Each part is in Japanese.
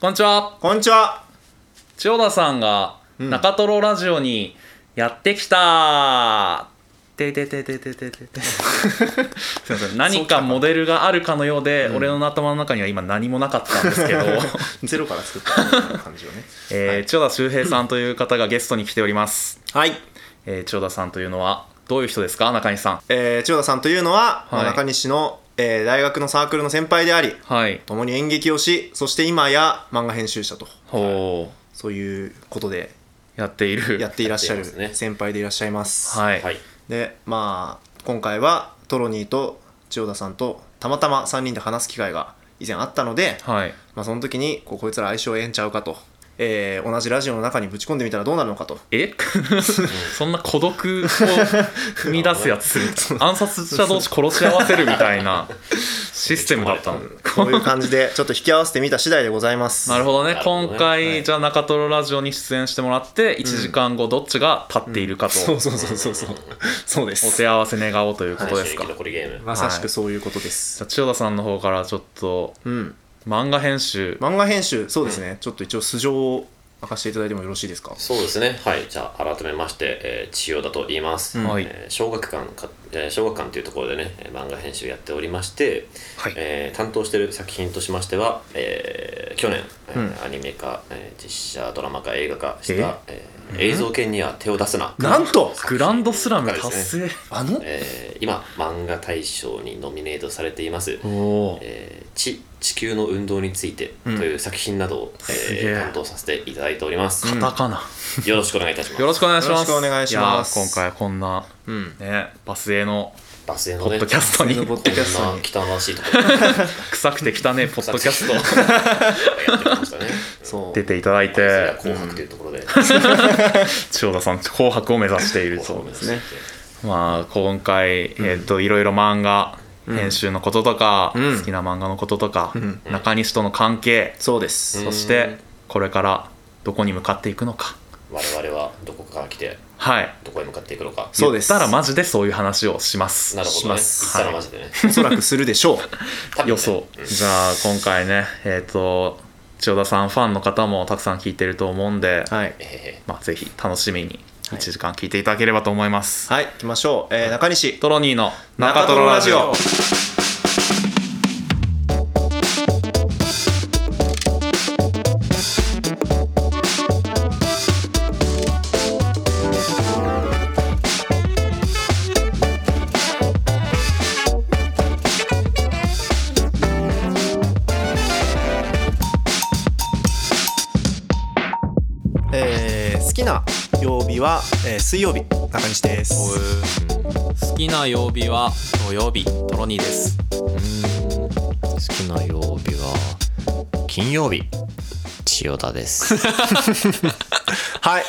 こんにちはこんにちは。千代田さんがうん中トロラジオにやってきたててててててててすいません何かモデルがあるかのようで俺の頭の中には今何もなかったんですけどゼロから作ったみたいな感じをね。 えー千代田修平さんという方がゲストに来ております、はい。えー千代田さんというのはどういう人ですか中西さんえー、千代田さんというのは、はい中西の、えー大学のサークルの先輩であり、はい共に演劇をし、そして今や漫画編集者と、ほそういうことでうやっているやっていらっしゃるやってますね先輩でいらっしゃいます。はい、はい。で、まあ、今回はトロニーと千代田さんとたまたま3人で話す機会が以前あったので、はいまあ、その時にこうこいつら相性ええんちゃうかと、えー同じラジオの中にぶち込んでみたらどうなるのかと。えそんな孤独を踏み出すやつ暗殺者同士殺し合わせるみたい なシステムだったのこういう感じでちょっと引き合わせてみた次第でございます。なるほどねなるほどね今回、はいじゃあ中トロラジオに出演してもらって1時間後どっちが立っているかと、そうそうそうそうそう。そうでおす。手合わせ願おうということ話でしすにか生きじゃ残りゲーム。まさしくそういうことです。あ千代田さんの方からちょっとうん。漫画編集漫画編集、そうですね。ちょっと一応素性を明かしていただいてもよろしいですか。そうですね。はい。じゃあ、改めまして、えー、千代田と言います。うんはいえー小学館か、えー小学館というところでね、えー漫画編集やっておりまして、はいえー担当している作品としましては、えー去年、えーアニメ化、えー実写、ドラマ化、映画化した、えー映像犬には手を出すな。なんとグランドスラム達成、あのえー今、漫画大賞にノミネートされています。おおーえー地地球の運動についてという作品などを、えげえー担当させていただいております、カタカナ、よろしくお願いいたしますよろしくお願いしますよろしくお願いしますやー今回こんなうん。ねバスへのバスへのポねッドキャストにポッドキャストにこんな汚らしい ところに臭くて汚ねえポッドキャストやってきましたねそう出。 ていただいてで紅白というところで、千代田さん紅白を目指しているとですねまあ今回、えっといろいろ漫画編集のこととか、うん好きな漫画のこととか、うん中西との関係、そうですん。そしてこれからどこに向かっていくのか我々はどこから来てはいどこへ向かっていくのかそうです言ったらマジでそういう話をしますなるほしどね言まっすたらマジでね、おそらくするでしょう。多分ね予想、じゃあ今回ねえっ、と千代田さんファンの方もたくさん聞いてると思うんで、はい。えへへまあ、ぜひ楽しみに1時間聞いていただければと思います、はい、行きましょう。えー中西。トロニーの中トロラジオえー好きな曜日は、えー水曜日。中西です。好きな曜日は土曜日トロニーです好きな曜日は金曜日千代田です はい。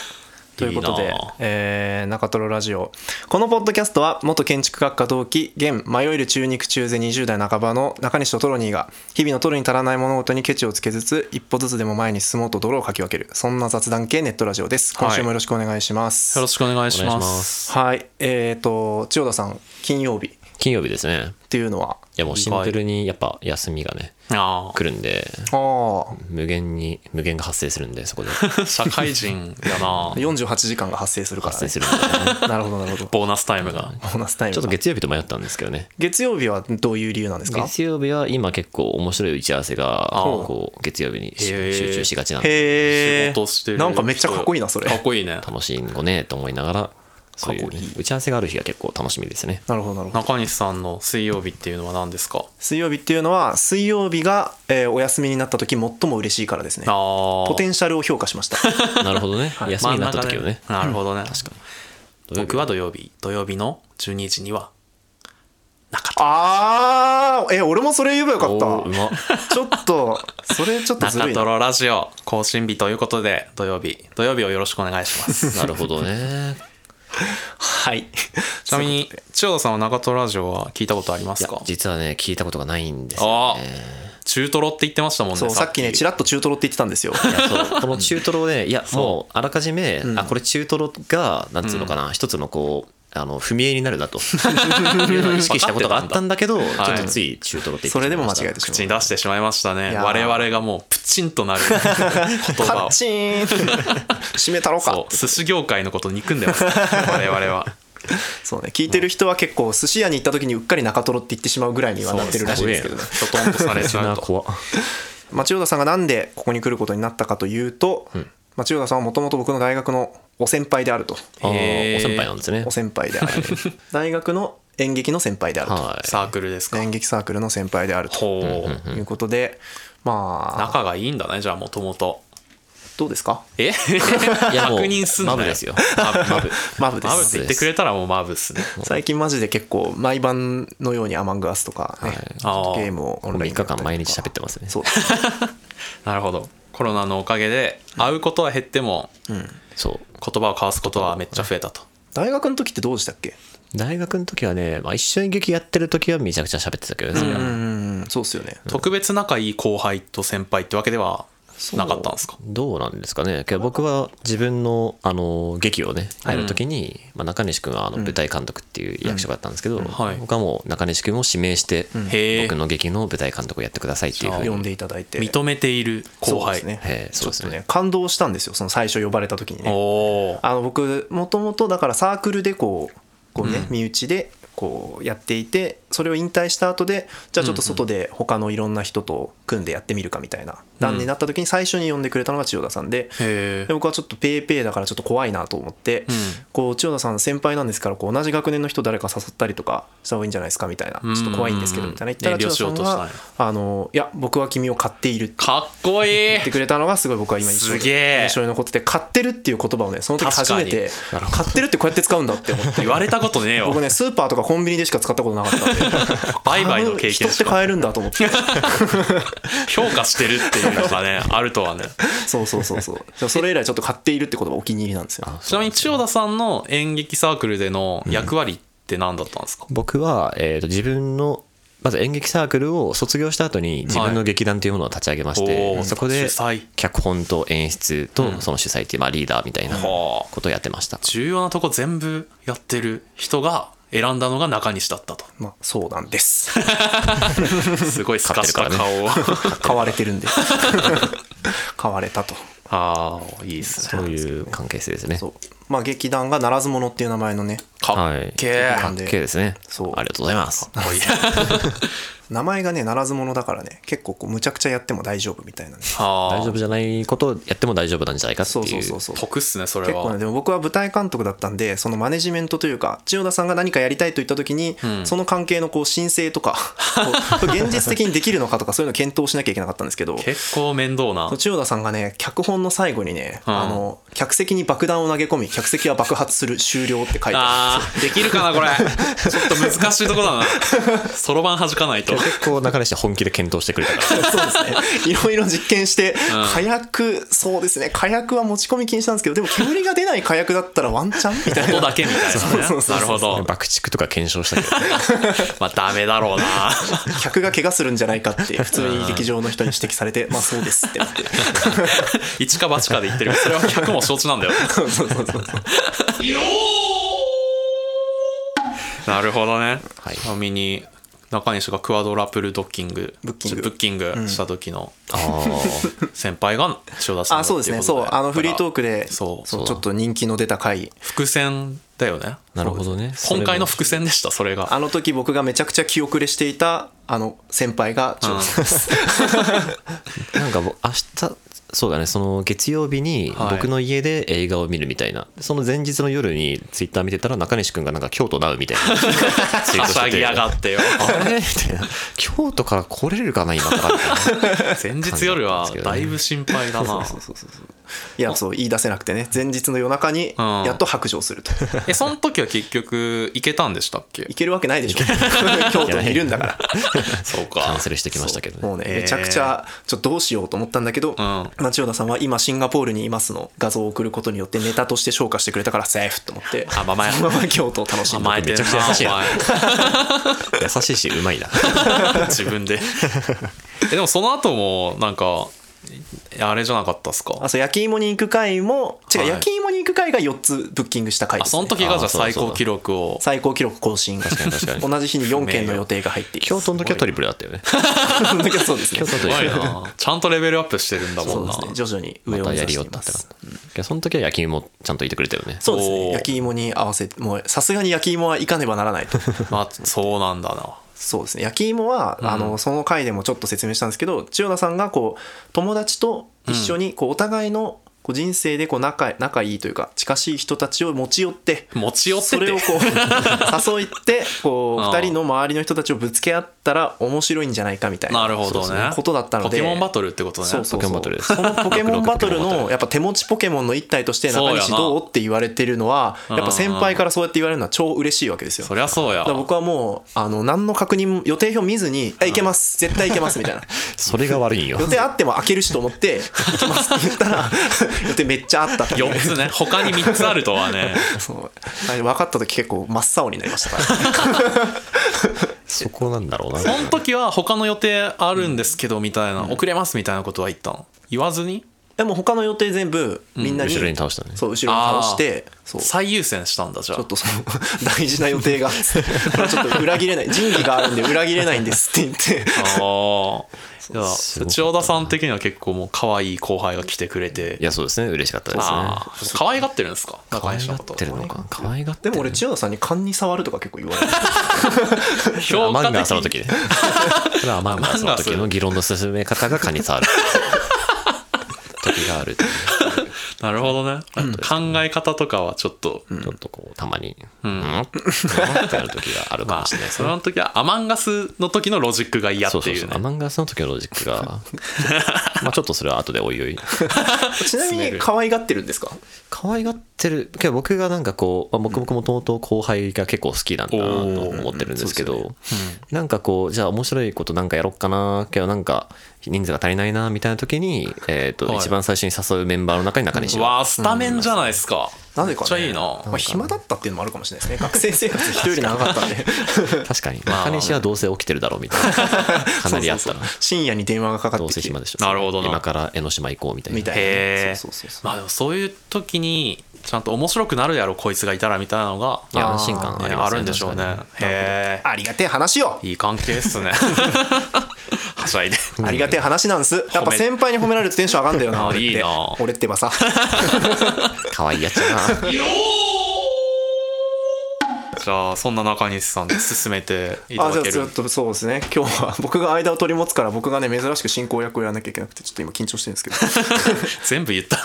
ということでいいなあえー中トロラジオこのポッドキャストは元建築学科同期現迷える中肉中背20代半ばの中西とトロニーが日々の取るに足らない物事にケチをつけつつ一歩ずつでも前に進もうと泥をかき分けるそんな雑談系ネットラジオです今週もよろしくお願いしますよろししくお願いしますお願いしますくはいえっ、と千代田さん金曜日っ金曜日ですねていうのはいやもうシンプルにやっぱ休みがねあ来るんであ無限に無限が発生するんでそこであ社会人だな あ48時間が発生するから、発生ね、するんで、 ね、なるほどなるほどボボーナスタイムがーナスタイムちょがっと月曜日と迷ったんですけどね月曜日はどういう理由なんですか月曜日は今結構面白い打ち合わせがあーこう月曜日にしへー集中しがちなんでへえ仕事してるなんかめっちゃかっこいいなそれかっこいいね楽しいんごねと思いながらそういうね打ち合わせがある日が結構楽しみですね なるほどなるほど中西さんの水曜日っていうのは何ですか水曜日っていうのは水曜日が、えーお休みになった時最も嬉しいからですねああポテンシャルを評価しましたなるほどね休みになった時をねなるほどね確かに僕は土曜日土曜日の12時にはあーえ俺もそれ言えばよかっおーうたまちょっとそれちょっと ず中るいトなロラジオ更新日ということで土曜日土曜日をよろしくお願いします なるほどねはいちなみに千代田さんは中トロラジオは聞いたことありまいすやか実はね聞いたことがないんですよああ中トロって言ってましたもんねそうさっきねちらっと中トロって言ってたんですよいやそうこの中トロをねいやもうあらかじめあこれ中トロがなんつうのかな一つのこうあの踏み絵になるなというのを意識したことがあったんだけど、ちょっとつい中トロって言ってしまいましたそれでも間違えてし口に出してしまいましたいねやー我々がもうプチンとなる言まうカ葉ッをチーン締めたろうかそう寿司業界のこと憎んでます我々はそうね聞いてる人は結構寿司屋に行った時にうっかり中トロって言ってしまうぐらいにはなってるらしいですけどねちょとんとされちゃうと怖っ町田さんがなんでここに来ることになったかというと、町田さんはもともと僕の大学のお先輩であるとあへーーお先輩なんですねお先輩であり大学の演劇の先輩であると、はいサークルですか演劇サークルの先輩であるとほういうことで、まあ仲がいいんだねじゃあもともとどうですかえいやもう確認すんなよマブですよマブマブマブでマブっすて言ってくれたらもうマブっすね最近マジで結構毎晩のように「アマングアス」とかね、あーゲームをこの3日間毎日喋ってますねそうなるほどコロナのおかげで会うことは減ってもそう言葉を交わすことはめっちゃ増えたと大学の時ってどうでしたっけ大学の時はね、まあ、一緒に劇やってる時はめちゃくちゃ喋ってたけどねそれはうんそうっすよね特別仲いい後輩と先輩ってわけではなかったんですかどうなんですかねけど僕は自分のあの劇をねやる時に、まあ、中西君はあの舞台監督っていう役職だったんですけど、はい僕はもう中西君を指名して、へえ僕の劇の舞台監督をやってくださいっていうふうに呼んでいただいて認めている後そうで輩すねへえちそょうっですとねね感動したんですよその最初呼ばれた時にねおおあの僕もともとだからサークルでこうこうね身内でこうやっていてそれを引退した後でじゃあちょっと外で他のいろんな人と組んでやってみるかみたいな段になった時に最初に呼んでくれたのが千代田さんでへえで僕はちょっとペーペーだからちょっと怖いなと思って、こう千代田さん先輩なんですからこう同じ学年の人誰か誘ったりとかした方がいいんじゃないですかみたいなうんちょっと怖いんですけどみたいな言ったら遠慮千しよう代と田したんさんやは「あのいや僕は君を買っている」ってかっこいい言ってくれたのがすごい僕は今印象にすげえ印象に残ってて「買ってる」っていう言葉をねその時初めて「買ってる」ってこうやって使うんだって思って言われたことねえよ僕ねスーパーとかコンビニでしか使ったことなかったんで 売買の経人験ってしか買えるんだと思って評価してるっていうのが ねあるとはねそうそうそうそうでもそれ以来ちょっと「買っている」って言葉お気に入りなんですよちなみに千代田さんの演劇サークルでの役割って何だったんですか、僕は、えー、と自分のまず演劇サークルを卒業した後に自分の劇団というものを立ち上げまして、おーそこで主催脚本と演出とその主催っていう、まあ、リーダーみたいなはあことをやってました、重要なとこ全部やってる人が選んだのが中西だったとまあそうなんですすごいスカスカ顔を、買われてるんで買われたと ああいいですねそういう関係性ですねそうまあ劇団が「ならず者」っていう名前のねかはいっけええ関係ですねそうありがとうございます 名前がねならず者だからね結構こうむちゃくちゃやっても大丈夫みたいなねあ大丈夫じゃないことをやっても大丈夫なんじゃないかってそうそいうそううそうー得っすねそれ結構ねはでも僕は舞台監督だったんでそのマネジメントというか千代田さんが何かやりたいと言った時に、その関係のこう申請とかこう現実的にできるのかとかそういうのを検討しなきゃいけなかったんですけど結構面倒なそう千代田さんがね脚本の最後にね、うんあの客席に爆弾を投げ込み客席は爆発する終了って書いてああーできるかなこれちょっと難しいとこだなそろばん弾かないと結構中西は本気で検討してくれたからる そうですねいろいろ実験して、火薬そうですね火薬は持ち込み禁止なんですけどでも煙が出ない火薬だったらワンチャンみたいな音だけみたいそうなそねうそうなるほど爆竹とか検証したけど、まあダメだろうな 客が怪我するんじゃないかって普通に劇場の人に指摘されてまあそうですってなって一か八かで言ってるそれは100も承知なんだよそうそうそうそうなるほどね、はいちなみに中西がクワドラプルドッキングブッキングブッキングした時のあ先輩が千代田さんだあそうですねっていこそとうあのフリートークでそそううそうちょっと人気の出た 回伏線だよねなるほどね。今回の伏線でしたそれがあの時僕がめちゃくちゃ気遅れしていたあの先輩がちょっとなんかぼ明日、そうだね、その月曜日にはい僕の家で映画を見るみたいな、その前日の夜にツイッター見てたら中西くんがなんか京都なうみたいなツイはしートしてゃぎて。やがってよあれみたいな。京都から来れるかな今からみたいな。前日夜はだいぶ心配だな い やそう言い出せなくてね前日の夜中にうんやっと白状す るとえその時は結局行けたんでしたっけいけるわけないでしょ 京都にいるんだからそうキャかンセルしてきましたけどね。もうねめちゃくちゃちょっとどうしようと思ったんだけど、まあ千代田さんは今シンガポールにいますの画像を送ることによってネタとして消化してくれたからセーフと思って あまあまあその まま京都を楽しんで甘えてるなめちゃくちゃ優しいなお優しいし、うまいな。前 自分でえでもその後もなんかあれじゃなかったっすかあそう焼き芋に行く回も違う、はい焼き芋に行ング会が4つブッキングした回あです、そね、の時がじゃああそうだ最そうだ高記録を最高記録更新確かに確かに同じ日に4件の予定が入っています京都の時はトリプルだったよね その時はそうですね京都のすご時いはなちゃんとレベルアップしてるんだそもうんでなすね徐々に上まをた目や指りしよてっいたまってす感じその時は焼き芋もちゃんといてくれたよねそうですおねー焼き芋に合わせもうさすがに焼き芋は行かねばならないとまあそうなんだなそうですね焼き芋は、あのその回でもちょっと説明したんですけど千代田さんがこう友達と一緒にこうお互いのこう人生でこう仲仲いいというか近しい人たちを持ち寄って持ち寄ってそれをてこう 誘いってこうああ2人の周りの人たちをぶつけ合ったら面白いんじゃないかみたいななるほどねそうですことだったのでポケモンバトルってことねそうそうそうポケモンバトルですそのポケモンバトル六六のやっぱ手持ちポケモンの一体として中西そうやなどうって言われてるのはやっぱ先輩からそうやって言われるのは超嬉しいわけですよそりゃそうやだから僕はもうあの何の確認も予定表見ずに「あいけます絶対いけます」みたいなそれが悪いんよ予定あっても開けるしと思って「いけます」って言ったら 予定めっちゃあったっていう4つね他に3つあるとはねそうあれ分かった時結構真っ青になりましたからそこなんだろうなその時は他の予定あるんですけどみたいな遅れますみたいなことは言ったの言わずにでも他の予定全部みんなに、後ろに倒したねそう後ろに倒してそうち最優先したんだじゃょあっとその 大事な予定がこれちょっと裏切れない仁義があるんで裏切れないんですって言って ああいやすごかったな千代田さん的には結構もう可愛い後輩が来てくれていやそうですね嬉しかったですねああ可愛がってるんですか可中愛西のがっことてるのか可愛がってでるも俺千代田さんに勘に触るとか結構言われる評マ価ンガースの的時ねそれはマンガースの時の議論の進め方がカニサール時があるっていうなるほどね考え方とかはちょっとちょっとこうたまにうんってなる時があるかまもあしれ ないですそねの時はアマンガスの時のロジックが嫌っそうてそういそううねアマンガースの時のロジックがまあちょっとそれは後でおいおいちなみに可愛がってるんですか可愛がってるけど僕がなんかこう、まあ、僕もともと後輩が結構好きなんだなと思ってるんですけど、なんかこうじゃあ面白いことなんかやろっかなけどなんか人数が足りないなみたいな時に、えーとはい一番最初に誘うメンバーの中に中西がわあスタメンじゃないですかなぜめかっねちゃいいなまあ、暇だったっていうのもあるかもしれないですね学生生活人より長かったんで確かに中西はどうせ起きてるだろうみたいなかなりあったそうなそうそう深夜に電話がかかどっうてせきて暇でしょなるほどな今から江ノ島行こうみたいなみたいなへえそうそうそうそうまあでもそういう時にちゃんと面白くなるやろこいつがいたらみたいなのがいや安心感あねりあまするんでしょうねへありがてえ話よえいい関係っすねはしゃいでありがてえ話なんですやっぱ先輩に褒められるとテンション上がるんだよあな俺っていいな俺ってばさ可愛いやつや なじゃあそんな中西さんで進めていたあじだゃあけちょるっとそうですね今日は 僕が間を取り持つから僕がね珍しく進行役をやらなきゃいけなくてちょっと今緊張してるんですけど全部言った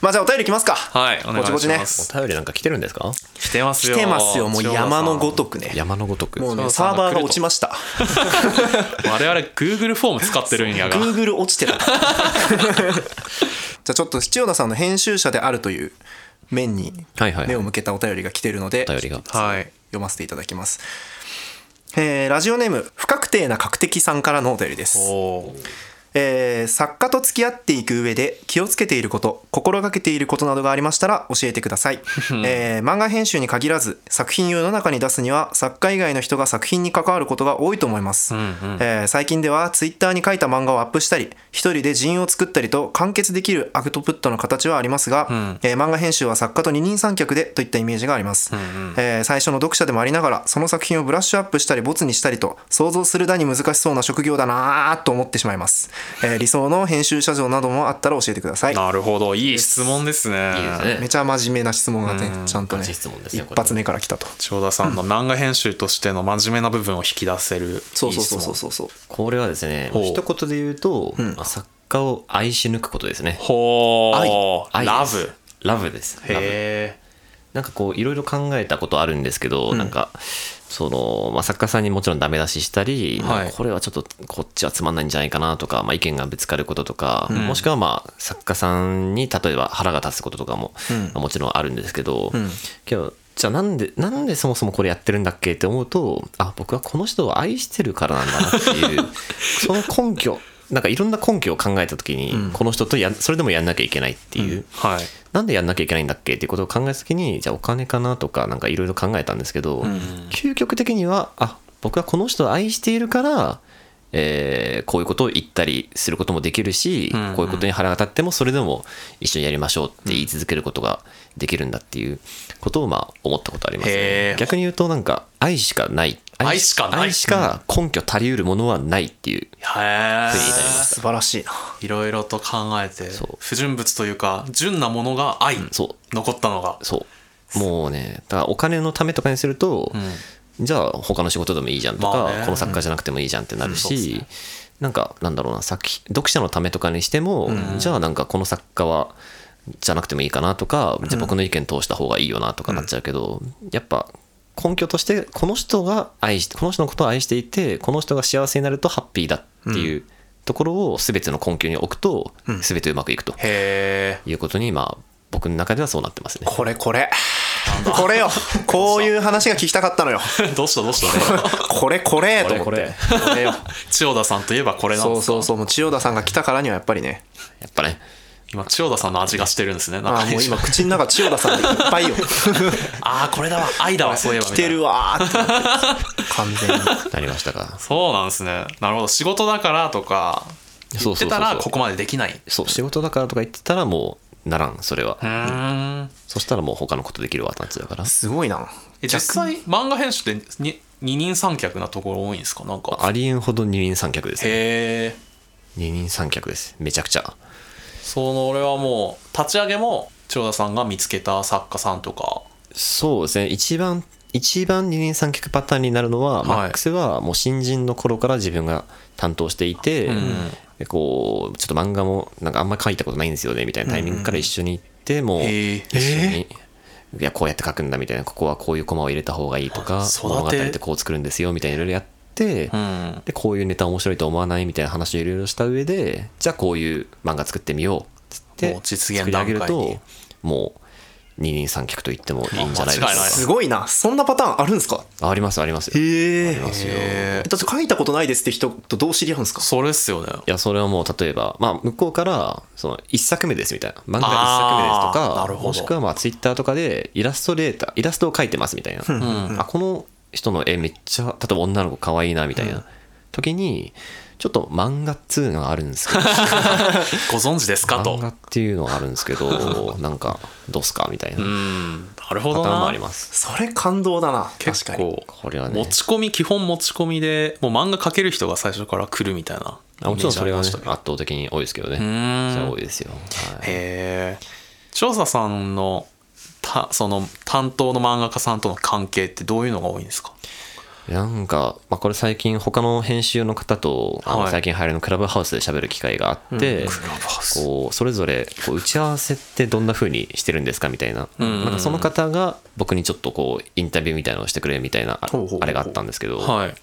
まあじゃあお便りいきますかはいお願いぼちぼちしねますお便りなんか来てるんですか来てます来よてますよもう山のごとくね山のごとくもうねそうそうサーバーが落ちました我々 Google フォーム使ってるんやが Google 落ちてたじゃあちょっと千代田さんの編集者であるという面にはいはいはい目を向けたお便りが来てるので、お便りがはい読ませていただきます、えーラジオネーム不確定な確的さんからのお便りですおえー作家と付き合っていく上で気をつけていること心がけていることなどがありましたら教えてください、えー漫画編集に限らず作品を世の中に出すには作家以外の人が作品に関わることが多いと思います、えー最近ではツイッターに書いた漫画をアップしたり一人で陣を作ったりと完結できるアウトプットの形はありますが、えー漫画編集は作家と二人三脚でといったイメージがあります、えー最初の読者でもありながらその作品をブラッシュアップしたりボツにしたりと想像するだに難しそうな職業だなぁと思ってしまいます、えー理想の編集者像などもあったら教えてくださいなるほどいい質問ですねいいですねめちゃ真面目な質問がねちゃんとねガチ質問ですね一発目から来たと千代田さんの漫画編集としての真面目な部分を引き出せるそうそうそいい質うそう問そうそうこれはですねほう一言で言うと、まあ、作家を愛し抜くことですねほー愛ラですブラブですラブへえなんかこういろいろ考えたことあるんですけど、なんかその、まあ、作家さんにもちろんダメ出ししたり、はいなんかこれはちょっとこっちはつまんないんじゃないかなとか、まあ、意見がぶつかることとか、もしくはまあ作家さんに例えば腹が立つこととかも、まあもちろんあるんですけど、けどじゃあなんでなんでそもそもこれやってるんだっけって思うとあ僕はこの人を愛してるからなんだなって いうその根拠なんかいろんな根拠を考えた時に、この人とやそれでもやんなきゃいけないっていう、はいなんでやんなきゃいけないんだっけっていうことを考えた時にじゃあお金かなとかなんかいろいろ考えたんですけど、究極的にはあ僕はこの人を愛しているからえーこういうことを言ったりすることもできるし、んうんこういうことに腹が立ってもそれでも一緒にやりましょうって言い続けることができるんだっていうことをまあ思ったことあります、へねー、逆に言うとなんか愛しかない愛しかない愛しか根拠足りうるものはないっていうへえふうに至ります素晴らしいな。いろいろと考えてそう不純物というか純なものが愛、そう残ったのがそうもうねだからお金のためとかにすると、じゃあ他の仕事でもいいじゃんとか、まあねこの作家じゃなくてもいいじゃんってなうんるうんそうし、っすなんかなんだろうな作品読者のためとかにしても、じゃあなんかこの作家はじゃなくてもいいかなとかじゃあ僕の意見通した方がいいよなとかなっちゃうけど、やっぱ根拠としてこの人が愛してこの人のことを愛していてこの人が幸せになるとハッピーだっていうところを全ての根拠に置くと全てうまくいくとへえいうことにまあ僕の中ではそうなってますね。これこれ。これよ。こういう話が聞きたかったのよ。 どうしたどうした これこれと思って。これこれよ。千代田さんといえばこれなんそでうすそうそう。もう千代田さんが来たからにはやっぱりね。やっぱね今千代田さんの味がしてるんですねなんあかあ、もう今口の中千代田さんでいっぱいよ。 あーこれだわ愛 だわそういえば来みたていなるわーって思って完全に。なりましたか。そうなんですねなるほど仕事だからとか言そうっそてうそうそうたらここまでできないうそう仕事だからとか言ってたらもうならんそれは、ーんそしたらもう他のことできるわってなっちゃうからすごいな。え実際漫画編集ってに二人三脚なところ多いんですかなんかありえんほど二人三脚ですねへえ二人三脚ですめちゃくちゃその俺はもう立ち上げも千代田さんが見つけた作家さんとかそうですね一番一番二人三脚パターンになるのは、いマックスはもう新人の頃から自分が担当していて、でこうちょっと漫画もなんかあんまり書いたことないんですよねみたいなタイミングから一緒に行って、もうへえ一緒に。いやこうやって書くんだみたいなここはこういうコマを入れた方がいいとか育て物語ってこう作るんですよみたいないろいろやって、んでこういうネタ面白いと思わないみたいな話をいろいろした上でじゃあこういう漫画作ってみようっつってもう実現作り上げる段階とにもう二人三脚と言ってもいいんじゃないですあ間違いないかすごいな。そんなパターンあるんですかあありますありますよへえ。ありますよへえだって書いたことないですって人とどう知り合うんですかそれっすよねいやそれはもう例えば、まあ、向こうからその1作目ですみたいな漫画1あー作目ですとなかるほどもしくはまあツイッターとかでイラストレーターイラストを描いてますみたいな、あこの人の絵めっちゃ例えば女の子可愛いなみたいな時にちょっと漫画っつうのがあるんですけどご存知ですかと漫画っていうのがあるんですけどなんかどうっすかみたいなうパんなるほタどーンもなありますそれ感動だな。確結かに。構これはね持ち込み基本持ち込みでもう漫画描ける人が最初から来るみたいなあもちろんそれはねイメージありまし圧たけど倒的に多いですけどねんそれは多いですよ、はいへえ調査さんのたその担当の漫画家さんとの関係ってどういうのが多いんですかなんか、まあ、これ最近他の編集の方と、あのはい最近流行りのクラブハウスで喋る機会があって、こうそれぞれこう打ち合わせってどんな風にしてるんですかみたいな,、んうんうんなんかその方が僕にちょっとこうインタビューみたいなのをしてくれみたいなあほうほうほうあれがあったんですけど、はい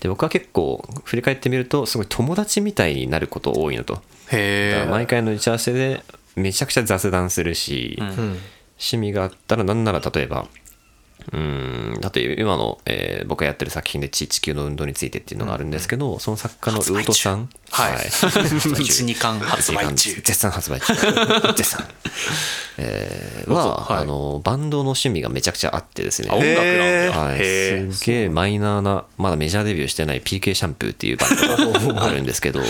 で僕は結構振り返ってみるとすごい友達みたいになること多いのと。だからへ毎回の打ち合わせでめちゃくちゃ雑談するし、趣味があったらなんなら例えばうーんだって今の、えー僕がやってる作品で「地地球の運動について」っていうのがあるんですけど、その作家のウートさんはい12 12巻発売中絶賛発売中絶賛え ーは、はいあのバンドの趣味がめちゃくちゃあってですね音楽なんだへーはい、すげえマイナーなまだメジャーデビューしてない PK シャンプーっていうバンドがあるんです けど、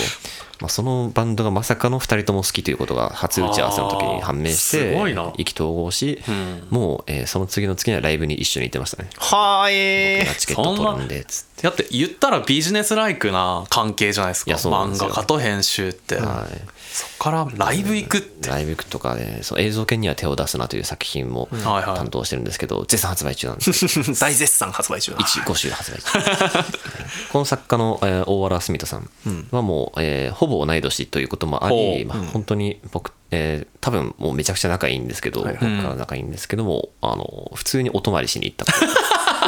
まあ、そのバンドがまさかの2人とも好きということが初打ち合わせの時に判明しあーすてごいな意気投合し、もう、えーその次の次にはライブに一緒に行ってましたね。はーえ僕がチケット取るんでつってえだって言ったらビジネスライクな関係じゃないですかいやそうなんで漫すよ画家と編集って、はいそっからライブ行くって、ライブ行くとかね、その映像系には手を出すなという作品もはいはい担当してるんですけど、絶賛発売中なんですよ。ー大絶賛発売中だ。一5週発売中この作家の、えー大原澄人さんはもう、えーほぼ同い年ということもあほり、うまあ、本当に僕、えー多分もうめちゃくちゃ仲いいんですけど、僕から仲いいんですけどもあの普通にお泊まりしに行ったこと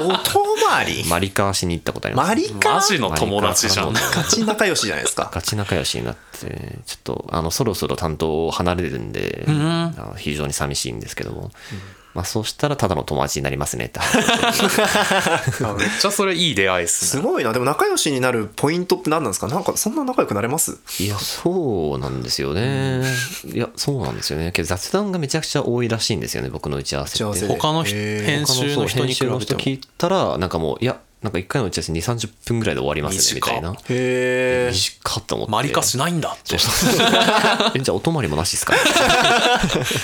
お泊ま りマリカーしに行ったことありますマリカマジの友達じゃんマリカーからもガチ仲良しじゃないですか。ガチ仲良しになってちょっとあのそろそろ担当を離れるんで、あの非常に寂しいんですけども、まあ、そうしたらただの友達になりますねって話 をめっちゃそれいい出会いっすすねごいな。でも仲良しになるポイントって何なんですかなんかそんな仲良くなれますいや、そうなんですよね。いや、そうなんですよね。けど雑談がめちゃくちゃ多いらしいんですよね、僕の打ち合わせって。打ち合わせ他で他の人へー編集の人に比べて編集の人も聞いたら、なんかもう、いや、なんか1回の打ち合わせ2、30分ぐらいで終わりますねみたいな。へえ短っと思って。マリカしないんだってそうそうそうえじゃあお泊まりもなしですか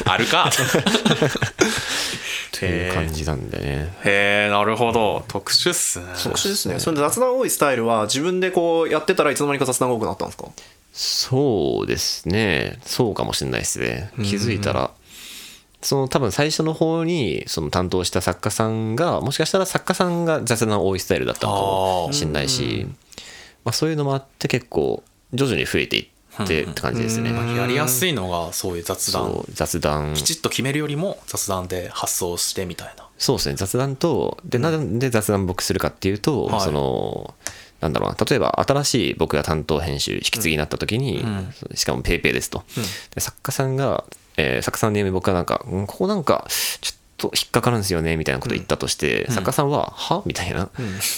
ある かっていう感じなんでね。へえなるほど特殊っすね特殊ですねそれで雑談多いスタイルは自分でこうやってたらいつの間にか雑談が多くなったんですかそうですね。そうかもしれないですね。気づいたら。その多分最初の方にその担当した作家さんがもしかしたら作家さんが雑談多いスタイルだったのかもしれないし、まあ、そういうのもあって結構徐々に増えていってって感じですね。やりやすいのがそういう雑談そう雑談きちっと決めるよりも雑談で発想してみたいなそうですね雑談とでなんで雑談僕するかっていうと、はいそのなんだろうな例えば新しい僕が担当編集引き継ぎになった時に、んしかも PayPay ペイペイですと、で作家さんが、えー作家さんの夢僕がなんか、うんここなんかちょっと引っかかるんですよねみたいなこと言ったとして、作家さんは「は?」みたいな、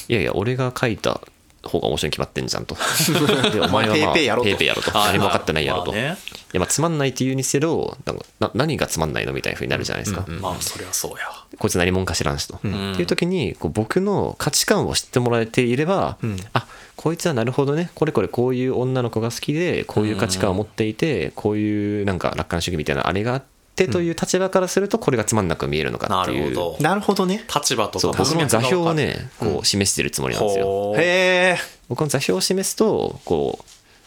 いやいや俺が書いた方が面白いに決まってんじゃん」と「でお前は、まあ、ペイペイやろとペイペイやろと何も分かってないやろと」まあねいやまあつまんないって言うにせよなんかな何がつまんないのみたいなふうになるじゃないですか、まあそりゃそうやこいつ何者か知らんしと、っていう時にこう僕の価値観を知ってもらえていれば、あこいつはなるほどねこれこれこういう女の子が好きでこういう価値観を持っていて、こういうなんか楽観主義みたいなあれがあってという立場からするとこれがつまんなく見えるのかなっていうるほどなるほどね立場とそうか僕の座標をねうんこう示してるつもりなんですよ、ほうへえ僕の座標を示すとこう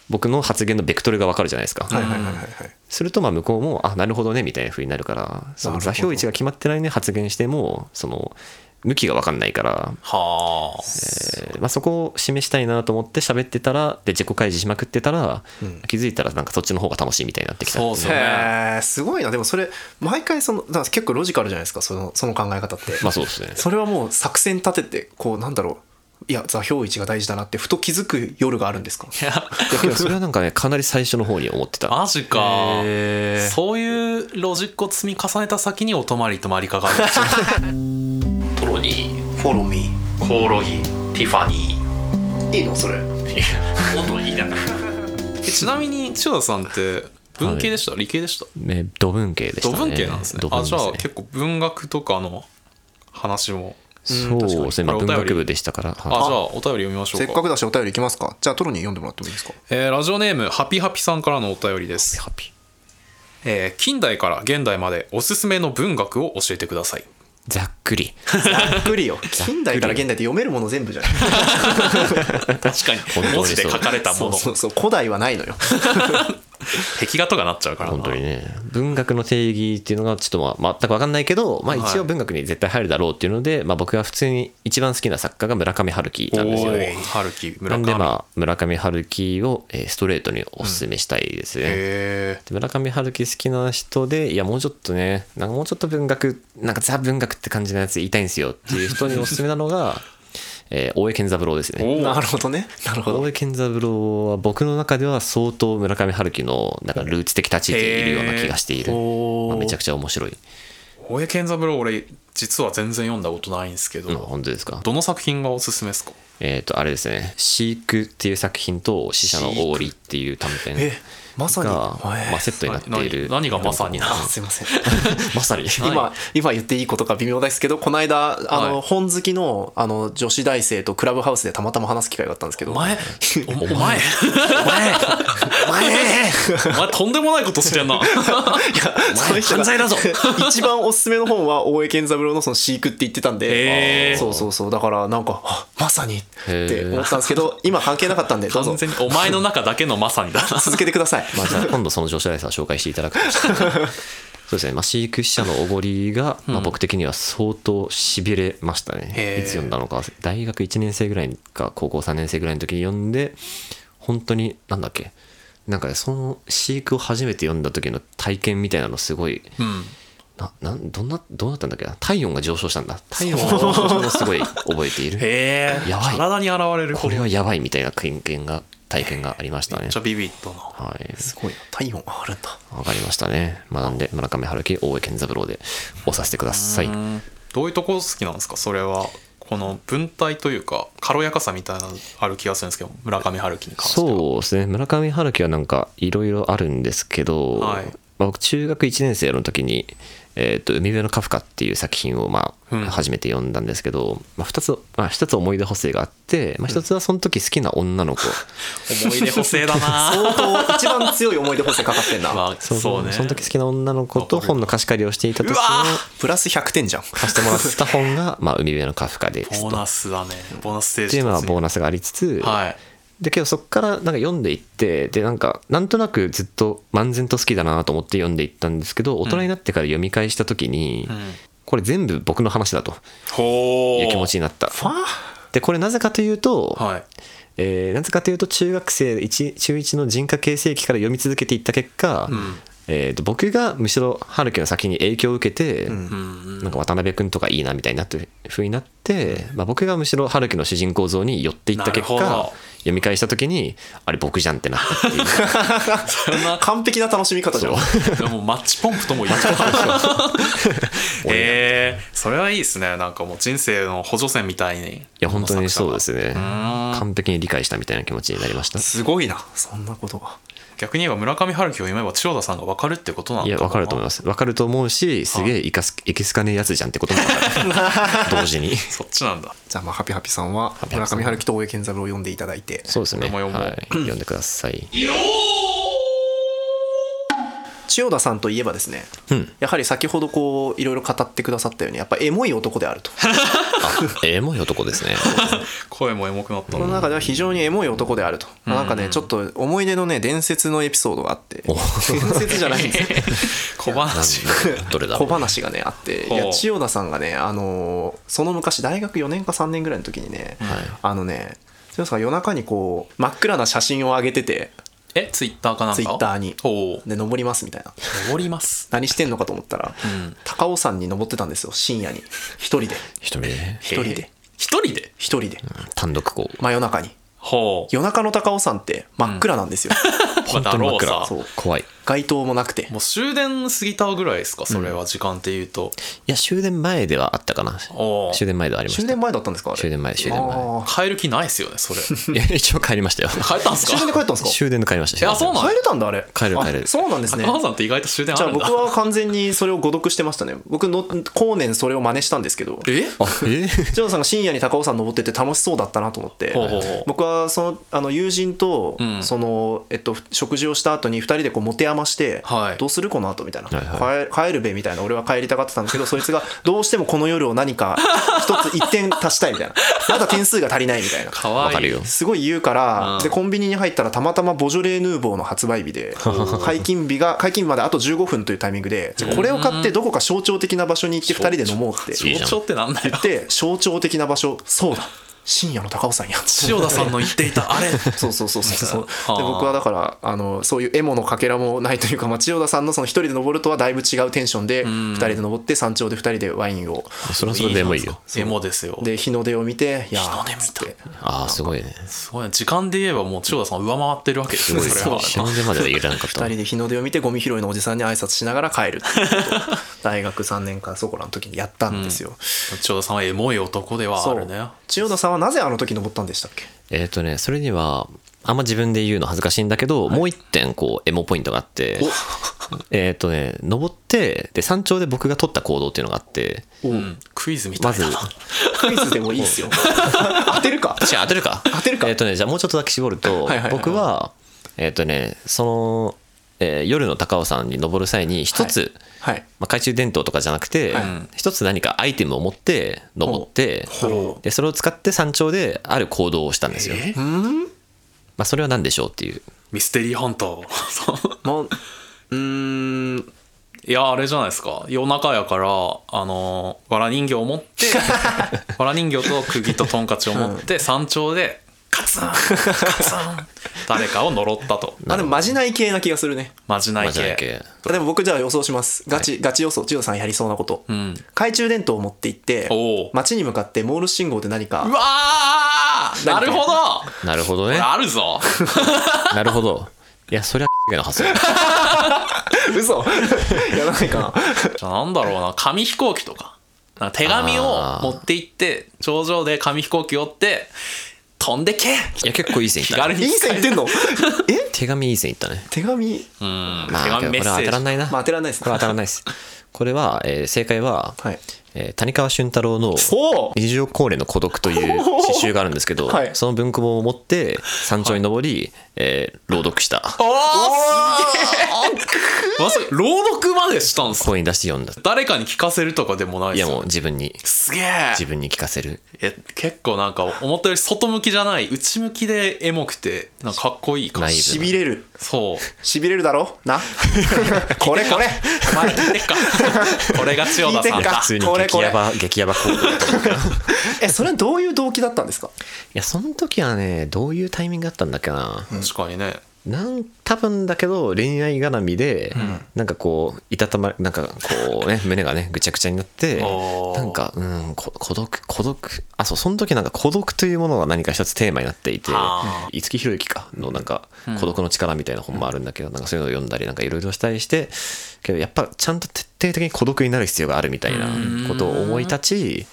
僕の発言のベクトルがわかるじゃないですか、はいはいはいはいはいするとまあ向こうもあなるほどねみたいな風になるからその座標位置が決まってないね発言してもその向きが分かんないから、はあえーまあ、そこを示したいなと思って喋ってたらで自己開示しまくってたら、気づいたらなんかそっちの方が楽しいみたいになってきたそうそうねへえすごいなでもそれ毎回そのだから結構ロジカルじゃないですかそのその考え方ってまあそうですねそれはもう作戦立ててこうなんだろういや座標位置が大事だなってふと気づく夜があるんですかいやいやけどそれはなんかねかなり最初の方に思ってたマジかそういうロジックを積み重ねた先にお泊まりとマリカがある トロニーフォローミコオロギティファニーーいいのそれ音いいなえちなみに千代田さんって文系でした、理系でしたね土文系でした土ね文系なんですね土文あじゃあ結構文学とかの話もそうですね、まあ、うん確かに文学部でしたからはいあじゃあお便り読みましょうせかっかくだしお便りいきますかじゃあトロに読んでもらってもいいですかえーラジオネームハピハピさんからのお便りですハピえー近代から現代までおすすめの文学を教えてくださいざっく り ざっくりよ近代から現代って読めるもの全部じゃない確かに文字で書かれたもそうのそうそう古代はないのよ壁画とかなっちゃうからな本当にね文学の定義っていうのがちょっとまあ全く分かんないけど、まあ、一応文学に絶対入るだろうっていうので、まあ、僕が普通に一番好きな作家が村上春樹なんですよおー春樹村なん上でまあ村上春樹をえーストレートにおすすめしたいですね、へで村上春樹好きな人でいやもうちょっとねなんかもうちょっと文学なんかザ文学って感じのやつ言いたいんですよっていう人におすすめなのが、 えー大江健三郎ですねなるほどねなるほど大江健三郎は僕の中では相当村上春樹のなんかルーツ的立ち位置にいるような気がしている、まあめちゃくちゃ面白い、え大江健三郎俺実は全然読んだことないんですけど、うん、本当ですかどの作品がおすすめですかえっ、とあれですね「飼育」っていう作品と「死者の王り」っていう短編えまさにが、まあ、セットになっている何何がまさになすいません まさに今今言っていいことか微妙ですけどこの間あの、はい本好きのあの女子大生とクラブハウスでたまたま話す機会があったんですけどお前 おお前お前お前とんでもないことしてん な その人が犯罪だぞ 一番おすすめの本は大江健三郎のその飼育って言ってたんへでーそうそうそうだからなんかあまさにってへー思ったんですけど今関係なかったんでどうぞ完全にお前の中だけのまさにだ な続けてくだ さいまあ、じゃあ今度その女子大生を紹介していただくとして そうですね、まあ、飼育者のおごりが、まあ、僕的には相当しびれましたね、へーいつ読んだのか忘れ大学1年生ぐらいか高校3年生ぐらいの時に読んで本当になんだっけなんかねその飼育を初めて読んだ時の体験みたいなのすごいうんななんどんなどうなったんだっけな体温が上昇したんだ体温が上昇したのをすごい覚えている へえやばい体に現れるこほどれめはっやばいみたいな経験が体験がありましたねちゃビビッドなはいすごいな体温があるんだわかりましたね。まあ、なんで、村上春樹、大江健三郎で押させてください。うんどういうとこ好きなんですかそれはこの文体というか軽やかさみたいなのある気がするんですけど村上春樹に関してはそうですね、村上春樹はなんかいろいろあるんですけど、はいまあ、僕中学1年生の時に「えー、と海辺のカフカ」っていう作品をまあうん初めて読んだんですけど、まあ、2つ、まあ、1つ思い出補正があって、まあ、1つはその時好きな女の子、思い出補正だ な相当一番強い思い出補正かかってんな、まあ そうねその時好きな女の子と本の貸し借りをしていた時のプラス100点じゃん貸してもらった本が「まあ、海辺のカフカ」ですボーと。ナスだねボーナスステーっジていうのは突入ボーナスがありつつ、はいでけどそこからなんか読んでいってでなんかなんとなくずっと漫然と好きだなと思って読んでいったんですけど大人になってから読み返した時に、うんこれ全部僕の話だとほいうう気持ちになったでこれなぜかというと、はいえーなぜかというと中学生一中1の人格形成期から読み続けていった結果、うんえー、と僕がむしろ春樹の先に影響を受けて、うんうんなんか渡辺君とかいいなみたいになって風になって、まあ、僕がむしろ春樹の主人公像に寄っていった結なるほ果ど読み返した時にあれ僕じゃんってなっ たっていうそんな完璧な楽しみ方じゃんでもマッチポンプとも言っちゃ ったえー、それはいいですねなんかもう人生の補助線みたいにいいや本当にそうですねん完璧に理解したみたいな気持ちになりましたすごいなそんなことが逆に言えば村上春樹を読めば千代田さんが分かるってことなんだいや分かると思いまます分かると思うしすげえいかすいけすかねえやつじゃんってことも分 かる同時にすそっちなんだじゃあまあハピハピさんはピハ村ピさん上春樹と大江健三郎を読んでいただいてそうですねこれも読もうはい、読んでください千代田さんといえばですね、うんやはり先ほどこういろいろ語ってくださったようにやっぱエモい男であるとあエモい男で すね声もエモくなったこのな中では非常にエモい男であると、なんかねちょっと思い出のね伝説のエピソードがあってお伝説じゃないんですよ小話どれだろ小う話がねあっていほうや千代田さんがねあのーその昔大学4年か3年ぐらいの時にね、あのね千代田さんが夜中にこう真っ暗な写真を上げてて えツイッターかなんかツイッターにおおで登りますみたいな登ります何してんのかと思ったら、ん高尾山に登ってたんですよ深夜に一人で一人で一人でへえ一人で一人で単独こう真夜中にほう夜中の高尾山って真っ暗なんですよ、まあだろうさそう怖い街灯もなくてもう終電過ぎたぐらいですかそれは時間っていうと、いや終電前ではあったかなおー終電前ではありました終電前だったんですかあれ終電前終電前あー帰る気ないですよね それいや一応帰りま したよ帰ったんすか終電で帰ったんですか終電で帰りましたえあそうなの帰れたんだあれ帰る帰るあそうなんですね高尾さんって意外と終電じあゃあるんだ僕は完全にそれを誤読してましたね僕の後年それを真似したんですけどえあえージョンさんが深夜に高尾山登ってて楽しそうだったなと思ってほうほうほう僕はそのあの友人とうんその、えっと、食事をした後に2人でこう持て余して、はいどうするこの後みたいな、はいは帰帰るべみたいな俺は帰りたがってたんだけどそいつがどうしてもこの夜を何か一つ1点足したいみたいなまだ点数が足りないみたいなかわわいかるいよすごい言うから、うんでコンビニに入ったらたまたまボジョレ・ヌーボーの発売日で 解禁日が解禁日まであと15分というタイミングでじゃあこれを買ってどこか象徴的な場所に行って2人で飲もうっていいじゃん象徴ってなんだよで象徴的な場所そうだ深夜の高尾山や千代田さんの言っていた あれ そうそうそうそはうあ で僕はだからあのそういうエモのかけらもないというか、まあ、千代田さんのその一人で登るとはだいぶ違うテンションで2人で登って山頂で2人でワインをそれはそれでもいいよエモですよで日の出を見ていや日の出見たつってああすごいねすごいね時間で言えばもう千代田さんを上回ってるわけですねそれは死ぬまでは入れなかった 2人で日の出を見てゴミ拾いのおじさんに挨拶しながら帰るっていう ことを大学3年間そこらの時にやったんですよ、千代田さんはエモい男ではあそうるね千代田さんはなぜあの時登ったんでしたっけえっ、とねそれにはあんま自分で言うの恥ずかしいんだけど、もう一点こうエモポイントがあって えっとね登ってで山頂で僕が取った行動っていうのがあってうんクイズみたまいずなじ クイズでもいいっすよ 当てるかゃあ当てるか当てるかえっ、とねじゃあもうちょっとだけ絞るとはいはいはい僕はえっ、とねその、えー夜の高尾山に登る際に一つ、はいまあ、懐中電灯とかじゃなくてはい一、つ何かアイテムを持って登ってほうでそれを使って山頂である行動をしたんですよ。えうんまあ、それは何でしょうっていうミステリーハンター そうまあうーんいやあれじゃないですか夜中やからあのーわら人形を持ってわら人形と釘とトンカチを持って山頂でカツンカツン誰かを呪ったとあでもまじない系な気がするねまじなマいジだ系け。でも僕じゃあ予想しますガチ、ガチ予想千代田さんやりそうなこと、うん懐中電灯を持って行っておう街に向かってモールス信号で何かうわーなるほどなるほどこれね。あるぞなるほど。いや、そりゃ、の発想。嘘 やらない かじゃあなんだろうな紙飛行機とかなんか手紙を持って行って頂上で紙飛行機折って飛んでけいや結構いい線いっ気た軽ねにいい線い ってんのえ手紙いい線いったね手紙うんま手あこ紙メッれセはー当ジたらないなまあこ当てらんないですれはね当たらないですこれは、えー正解は、はいえー谷川俊太郎のほう二条高齢の孤独という詩集があるんですけど、はいその文庫本を持って山頂に登り、えー朗読したまさか朗読までしたんすか声に出して読んだ誰かに聞かせるとかでもないいでやすもよう自分にすげえ自分に聞かせるえ結構なんか思ったより外向きじゃない内向きでエモくてなんかかっこいい感内じ部しのびれるそうしびれるだろ なこれこれお前聞いて っかこれが千代田さ聞んいてっだか普通にこれこ激れヤバ激ヤバ行動だと思ういえそれはどういう動機だったんですかやその時はねどういうタイミングだったんだっけな確かにねなん多分だけど恋愛絡みで、なんかこういたたまなんかこうね胸がねぐちゃぐちゃになっておーなんかうんこ孤独孤独あそうその時なんか孤独というものが何か一つテーマになっていてあ五木ひろゆきかのなんか孤独の力みたいな本もあるんだけどなんかそういうのを読んだりなんかいろいろしたりしてけどやっぱちゃんと徹底的に孤独になる必要があるみたいなことを思い立ち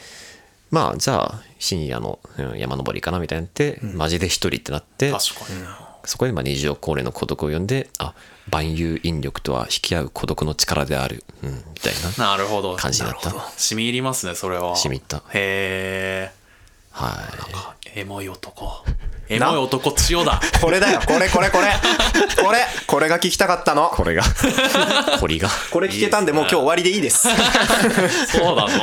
まあじゃあ深夜のうん山登りかなみたいになってマジで一人ってなって確かになそこでまあ二条高齢の孤独を読んで、あ、万有引力とは引き合う孤独の力である、うん、みたいななるほど感じだった。はい。染み入りますねそれは染み入ったへえエモい男エモい男千代 田これだよこれこれこれこれこれが聞きたかったのこれが、 こりが。これ聞けたんでもう今日終わりでいいですいそうだぞ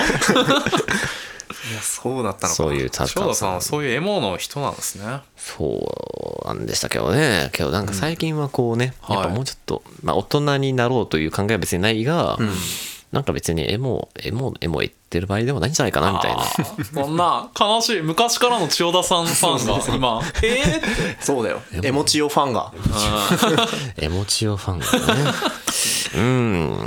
やそうだったのかそういうた千代田さんはそういうエモの人なんですねそうなんでしたけどね。けどなんか最近はこうね、んやっぱもうちょっと、まあ大人になろうという考えは別にないが、なんか別にエモ、エモ、エモ言ってる場合でもないんじゃないかなみたいな。そんな悲しい昔からの千代田さんファンが今ええってそうだよエモチオファンがエモチオファンがね。う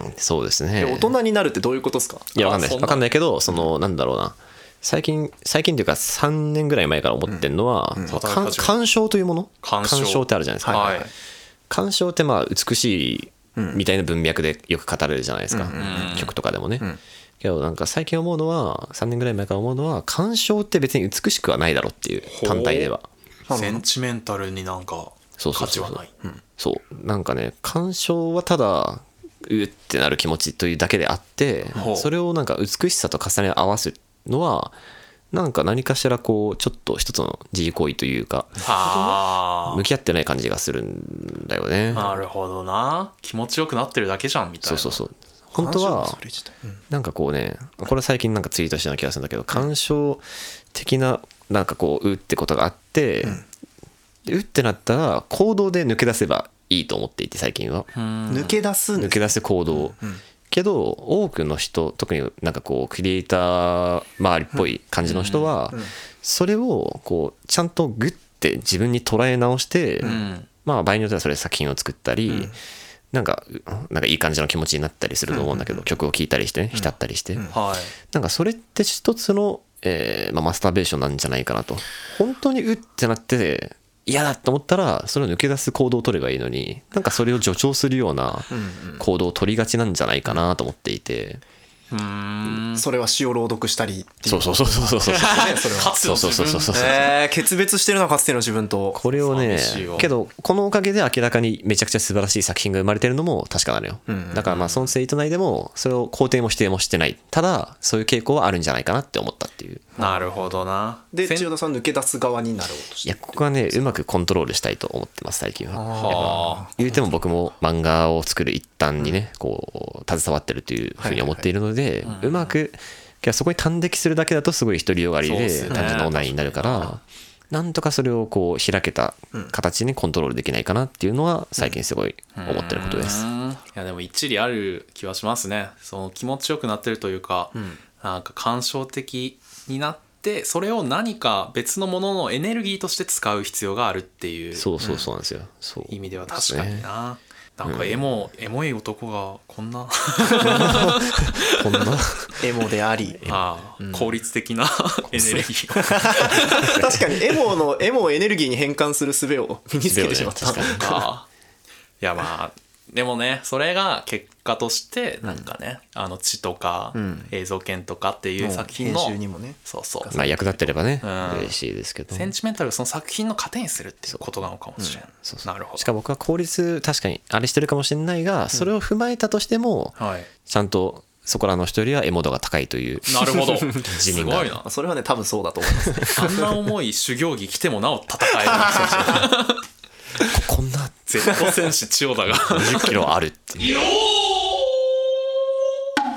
ん、そうですね。大人になるってどういうことですかいや、あわかんない。そんなわかんないけど、その、なんだろうな。最近、最近というか3年ぐらい前から思ってんのは、そ働のき鑑始め鑑賞というもの鑑賞ってあるじゃないですか。はい鑑賞ってまあ、美しいみたいな文脈でよく語れるじゃないですか。曲とかでもね。けど、なんか最近思うのは、3年ぐらい前から思うのは、鑑賞って別に美しくはないだろうっていう、単体では。センチメンタルになんかそう価そう値そうはないそうなんかね鑑賞はただうってなる気持ちというだけであってほうそれをなんか美しさと重ね合わせるのはなんか何かしらこうちょっと一つの自行為というかあ向き合ってない感じがするんだよねあなるほどな気持ちよくなってるだけじゃんみたいそうなそうそう本当はなんかこうねこれ最近なんかツイートしたような気がするんだけど鑑賞的ななんかこううってことがあってでうってなったら行動で抜け出せばいいと思っていて最近は。抜け出すんで抜すけ出す行動、けど多くの人特になんかこうクリエイター周りっぽい感じの人は、それをこうちゃんとグッて自分に捉え直して、うんまあ場合によってはそれで作品を作ったり、なんかなんかいい感じの気持ちになったりすると思うんだけど、曲を聴いたりしてね浸ったりして、はいなんかそれって一つの、えーまあ、マスターベーションなんじゃないかなと本当にうってなって嫌だと思ったらそれを抜け出す行動を取ればいいのになんかそれを助長するような行動を取りがちなんじゃないかなと思っていて、うーんそれは詩を朗読したりっていうそうそうそうそうそうそうかつての自分そうそうそうそうえー決別してるなかつての自分と これをね寂しいわけどこのおかげで明らかにめちゃくちゃ素晴らしい作品が生まれてるのも確かなのよ、だからまあそのツイート内でもそれを肯定も否定もしてないただそういう傾向はあるんじゃないかなって思ったっていうなるほどなでせん千代田さん抜け出す側になろうとしいてやここはねうまくコントロールしたいと思ってます最近はは言うても僕も漫画を作る一端にね、こう携わってるというふうに思っているので、うまくいやそこに端的するだけだとすごい独りよがりそうっですね単純なオナニーになるから。なんとかそれをこう開けた形にコントロールできないかなっていうのは最近すごい思ってることであすう。ーんいやでも一理ある気はしますねその気持ちよくなってるというか、なんか感傷的になってそれを何か別のもののエネルギーとして使う必要があるっていうそうそうそうなんですよ。そう意味では確かにな、なんかエモ、エモい男がこんなこんなエモでありああ効率的なエネルギーを 確かにエモのエモをエネルギーに変換する術を身につけてしまった確かにかいやまあでもねそれが結家としてなんかね、あの血とかん映像権とかっていう作品編の、集にもねそうそうまあ役立ってればねうん嬉しいですけどセンチメンタルがその作品の糧にするっていうことなのかもしれない、そうそうなるほどしかも僕は効率確かにあれしてるかもしれないがそれを踏まえたとしてもはいちゃんとそこらの人よりはエモ度が高いというなる ほど自す民がごいなまあそれはね多分そうだと思い ますねあんな重い修行着来てもなお戦えるこんな Z 戦士千代田が20キロあるっていう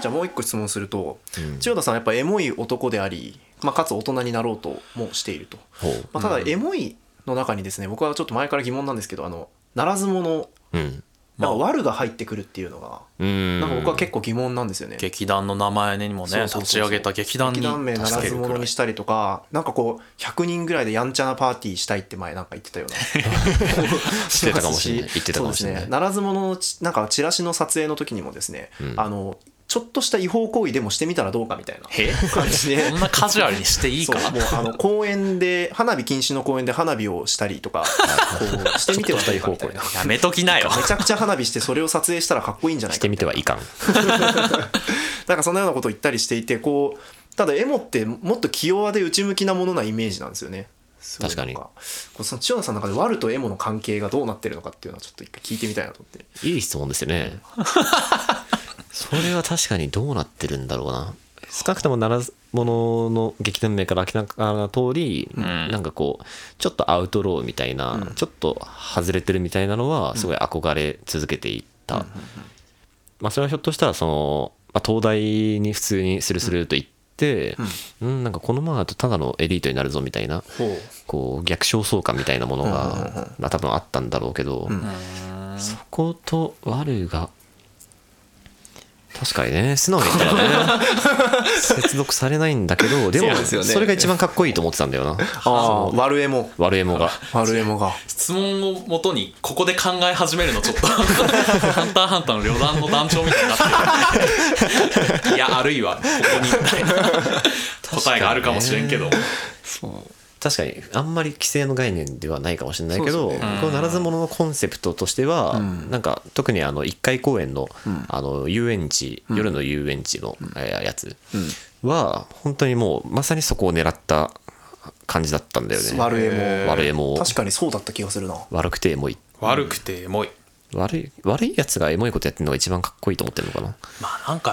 じゃあもう一個質問すると、うん千代田さんはやっぱエモい男であり、まあ、かつ大人になろうともしていると、ほうまあ、ただエモいの中にですね僕はちょっと前から疑問なんですけどあのならず者うんなんか悪が入ってくるっていうのがうんなんか僕は結構疑問なんですよね。劇団の名前にもそうねそうそう立ち上げた劇団に劇団名なら助けずるく者らいにしたりとかなんかこう100人ぐらいでやんちゃなパーティーしたいって前なんか言ってたようなしてたかもしれない言ってたかもしれな いそうですねならず者のちなんかチラシの撮影の時にもですね、あのちょっとした違法行為でもしてみたらどうかみたいなえ感じで そんなカジュアルにしていいそかうもうあの公園で花火禁止の公園で花火をしたりと かこうしてみてはどうかみたいなやめときな よめちゃくちゃ花火してそれを撮影したらかっこいいんじゃなしいかてみてはいかんなんかそんなようなことを言ったりしていてこうただエモってもっと気弱で内向きなものなイメージなんですよね。すごい確かになんこうその千代田さんの中で悪とエモの関係がどうなってるのかっていうのはちょっと一回聞いてみたいなと思っていい質問ですよ ねそれは確かにどうなってるんだろうな少なくともならず者の劇団名から明らかな通り、なんかこうちょっとアウトローみたいな、ちょっと外れてるみたいなのはすごい憧れ続けていった、まあ、それはひょっとしたらその、まあ、東大に普通にスルスルと行って、うんなんかこのままだとただのエリートになるぞみたいなこう逆焦燥感みたいなものが、まあ、多分あったんだろうけど、そこと悪が確かにね素直に言ったらね 接続されないんだけどでもそうですよねそれが一番かっこいいと思ってたんだよなああ悪エモ悪エモが悪エモが質問をもとにここで考え始めるのちょっと ハンターハンターの旅団の団長みたいになってる いやあるいはここにみたいな答えがあるかもしれんけど、確かにあんまり規制の概念ではないかもしれないけど、そうですこのならず者のコンセプトとしては、なんか特にあの1回公演の,、あの遊園地夜の遊園地の、えーやつは本当にもうまさにそこを狙った感じだったんだよね 悪エモ悪エモを確かにそうだった気がするな悪くてエモい悪くてエモい悪い悪いやつがエモいことやってるのが一番かっこいいと思ってるのかなまあなんか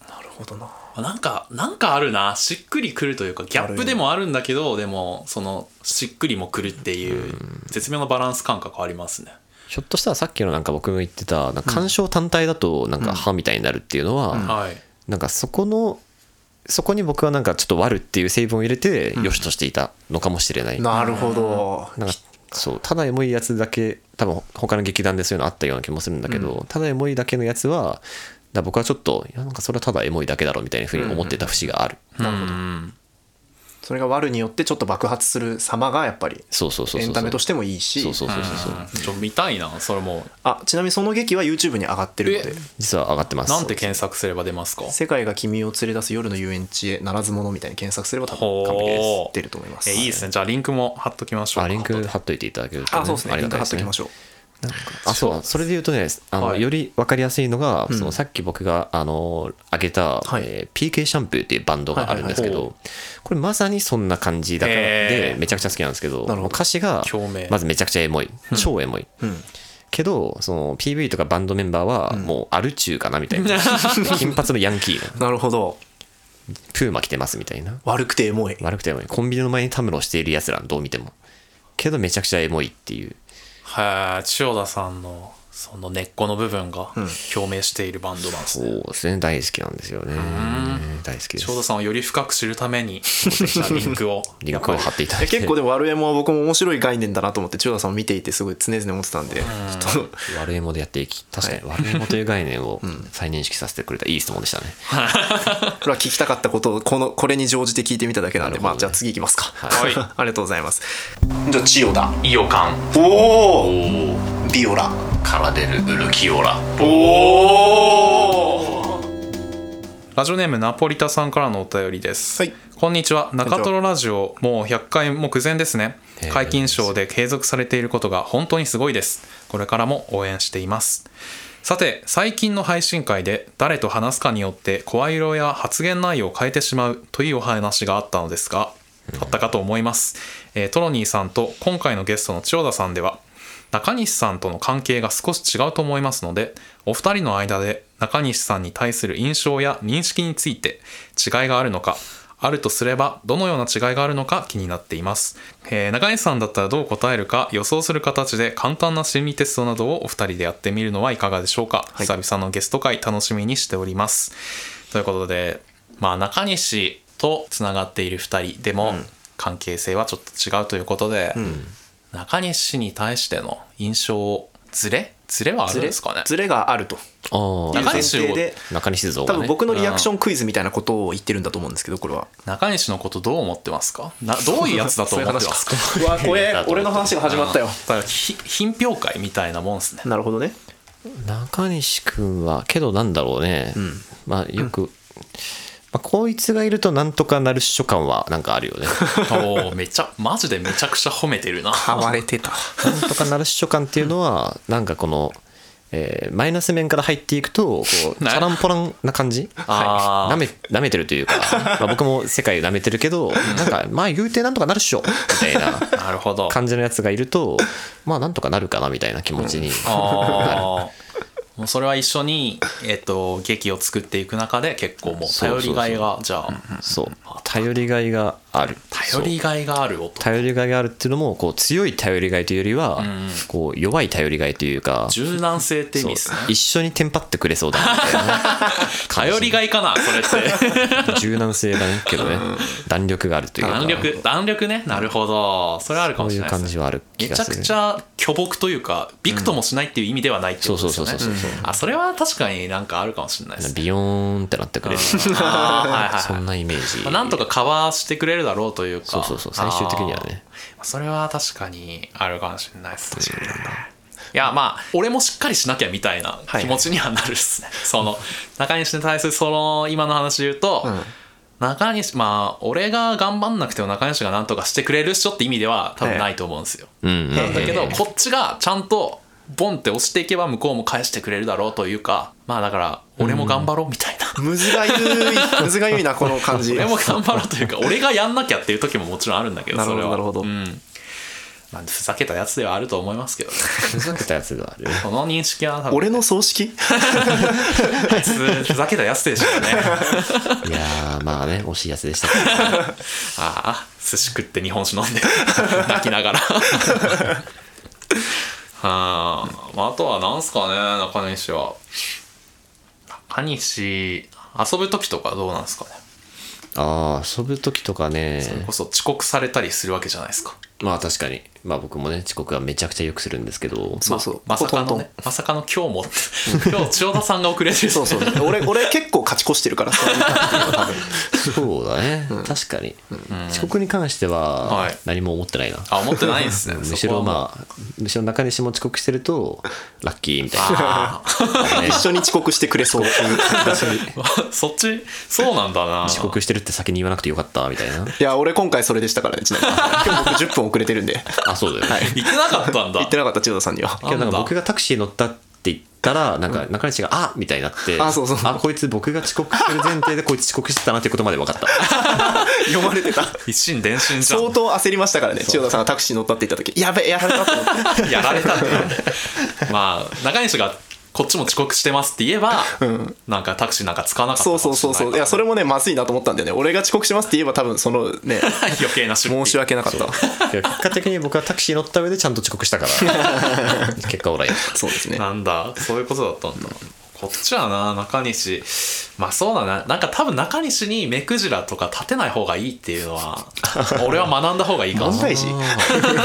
ななるほどななんかなんかあるなしっくりくるというかギャップでもあるんだけどでもそのしっくりもくるっていう絶妙なバランス感覚ありますねひょっとしたらさっきのなんか僕が言ってたなんか鑑賞単体だとなんか歯みたいになるっていうのは、はいなんかそこのそこに僕はなんかちょっと悪っていう成分を入れて良しとしていたのかもしれない、なるほどなんかそうただエモいやつだけ多分他の劇団でそういうのあったような気もするんだけど、ただエモいだけのやつはだから僕はちょっといやなんかそれはただエモいだけだろみたいなふうに思ってた節がある、なるほどそれが悪によってちょっと爆発する様がやっぱりそうそうそうそうエンタメとしてもいいしそうそうそうそうそうちょ見たいなそれもあちなみにその劇は YouTube に上がってるのでえ実は上がってますなんて検索すれば出ますか世界が君を連れ出す夜の遊園地へならず者みたいに検索すれば多分完璧ですほう出ると思いますえいいですねじゃあリンクも貼っときましょうあリンク後で貼っといていただけると、あそうですねりリがンクたい貼でっすとねきましょうあそうそれで言うとねあの、はいより分かりやすいのが、そのさっき僕があの挙げた、はいえー PK シャンプーっていうバンドがあるんですけど、はいはいこれまさにそんな感じだからへでーめちゃくちゃ好きなんですけどなるほど歌詞が共鳴まずめちゃくちゃエモい超エモい、んけどその PV とかバンドメンバーはもうアルチューかなみたい な、金髪のヤンキーのなるほどプーマ着てますみたいな悪くてエ モい悪くてエモいコンビニの前にたむろしているやつらどう見てもけどめちゃくちゃエモいっていうはい千代田さんのその根っこの部分が表明しているバンドなんですね、そうですね大好きなんですよね大好きです千代田さんをより深く知るためにじゃあリンクをリンクを貼っていただえいて結構でも悪エモは僕も面白い概念だなと思って千代田さんを見ていてすごい常々思ってたんでちょっと悪いものでやっていき確かに悪いものという概念を再認識させてくれたいい質問でしたね、これは聞きたかったことをこのこれに乗じて聞いてみただけなんで、なるほどねまあじゃあ次いきますかはい ありがとうございますじゃあ千代田いい予感おおビオラから出るウルキオララジオネームナポリタさんからのお便りです、はいこんにちは中トロラジオもう100回目前ですねえー解禁賞で継続されていることが本当にすごいですこれからも応援していますさて最近の配信会で誰と話すかによって声色や発言内容を変えてしまうというお話があったのですがあったかと思います、えートロニーさんと今回のゲストの千代田さんでは中西さんとの関係が少し違うと思いますのでお二人の間で中西さんに対する印象や認識について違いがあるのかあるとすればどのような違いがあるのか気になっています、えー中西さんだったらどう答えるか予想する形で簡単な心理テストなどをお二人でやってみるのはいかがでしょうか、久々のゲスト会楽しみにしておりますということでまあ中西とつながっている二人でも関係性はちょっと違うということで、中西に対しての印象ズレズレはあるんですかねズレがあるとあいうあ中前西を提で中西像多が、ね、分僕のリアクションクイズみたいなことを言ってるんだと思うんですけどこれは中西のことどう思ってますかなどういうやつだと思 ってますか うわ怖え俺の話が始まったよだからひ品評会みたいなもんですね なるほどね中西君はけどなんだろうね、まあよく、まあ、こいつがいるとなんとかなる秘書感はなんかあるよねおーめちゃマジでめちゃくちゃ褒めて るなハマれてたなんとかなる秘書感っていうのはなんかこの、えーマイナス面から入っていくとこうチなャランポランな感じあーなめ舐めてるというか、まあ、僕も世界を舐めてるけどなんかまあ言うてなんとかなるっしょみたいななるほど感じのやつがいるとまあなんとかなるかなみたいな気持ちに、ああもうそれは一緒に、えっと劇を作っていく中で結構もうそうそ頼うそうりがいがじゃあそう頼りがいがある頼りがいがある音頼りがいがあるっていうのもこう強い頼りがいというよりは、んこう弱い頼りがいというか柔軟性って意味そうですね一緒にテンパってくれそうだなみたいな頼りがいかなそれ って柔軟性だねけどね弾力があるというか弾力弾力ねなるほどそれはあるかそもうしいれうないです感ねじはあるめ気がちゃするくちゃ巨木というかびくともしないっていう意味ではないってことですよね、うんそうそうそうそうそあそれは確かになんかあるかもしれないですねビヨーンってなってくれあるーはいはいはいそんなイメー まあジなんとかカバーしてくれるだろうというかそうそうそう最終的にはねあーそれは確かにあるかもしれないですねいやまあ俺もしっかりしなきゃみたいな気持ちにはなるっすね、その中西に対するその今の話で言うと、中西まあ俺が頑張んなくても中西がなんとかしてくれるっしょって意味では多分ないと思うんですよ、うんうんなんだけどこっちがちゃんとボンって押していけば向こうも返してくれるだろうというかまあだから俺も頑張ろうみたいな、 むずがゆいむずがゆいなこ の感じ俺も頑張ろうというか俺がやんなきゃっていう時ももちろんあるんだけど なるほどそれはなるほどうんまあ、ふざけたやつではあると思いますけ どねふざけたやつ があるねこの認識は多分俺の葬式あいつふざけたやつでしょうね いやーまあね惜しいやつでしたけどああ寿司食って日本酒飲んで 泣きながら はあ、まあ、あとはなんすかね中西は中西遊ぶ時とかどうなんですかねああ遊ぶ時とかねそれこそ遅刻されたりするわけじゃないですかまあ確かにまあ僕もね遅刻はめちゃくちゃよくするんですけどそうそうまさかのここトントンねまさかの今日も 今日千代田さんが遅れてるそうそう俺俺結構勝ち越してるからさそうだね、確かに、遅刻に関してははい何も思ってないな、あ思ってないんですねむしろまあむしろ中西も遅刻してるとラッキーみたいなあ 一緒に遅刻してくれそう そっちそうなんだな遅刻してるって先に言わなくてよかったみたいないや俺今回それでしたからねちなみに今日僕10分遅れてるんであそうだ よね、行ってなかったんだ言ってなかった千代田さんにはけどなんなんだか僕がタクシー乗ったって言ったらなんか中西が「あみたいになってあそうそうあこいつ僕が遅刻する前提でこいつ遅刻してたなってことまで分かった読まれてた一心伝心じゃ相ん当焦りましたからね千代田さんがタクシー乗ったって言った時やべえやられたと思ってやられたんだよ まあ中西がこっちも遅刻してますって言えば、なんかタクシーなんか使わなかったかそもうしれなそうそうそういやそれれもねまずいなと思ったんだよね俺が遅刻しますって言えば多分そのね 余計な出費申し訳なかったいや 結果的に僕はタクシー乗った上でちゃんと遅刻したから 結果オーライだったそうです ねなんだそういうことだったんだ、こっちはな中西まあそうだななんか多分中西に目くじらとか立てない方がいいっていうの は俺は学んだ方がいいかも問題児確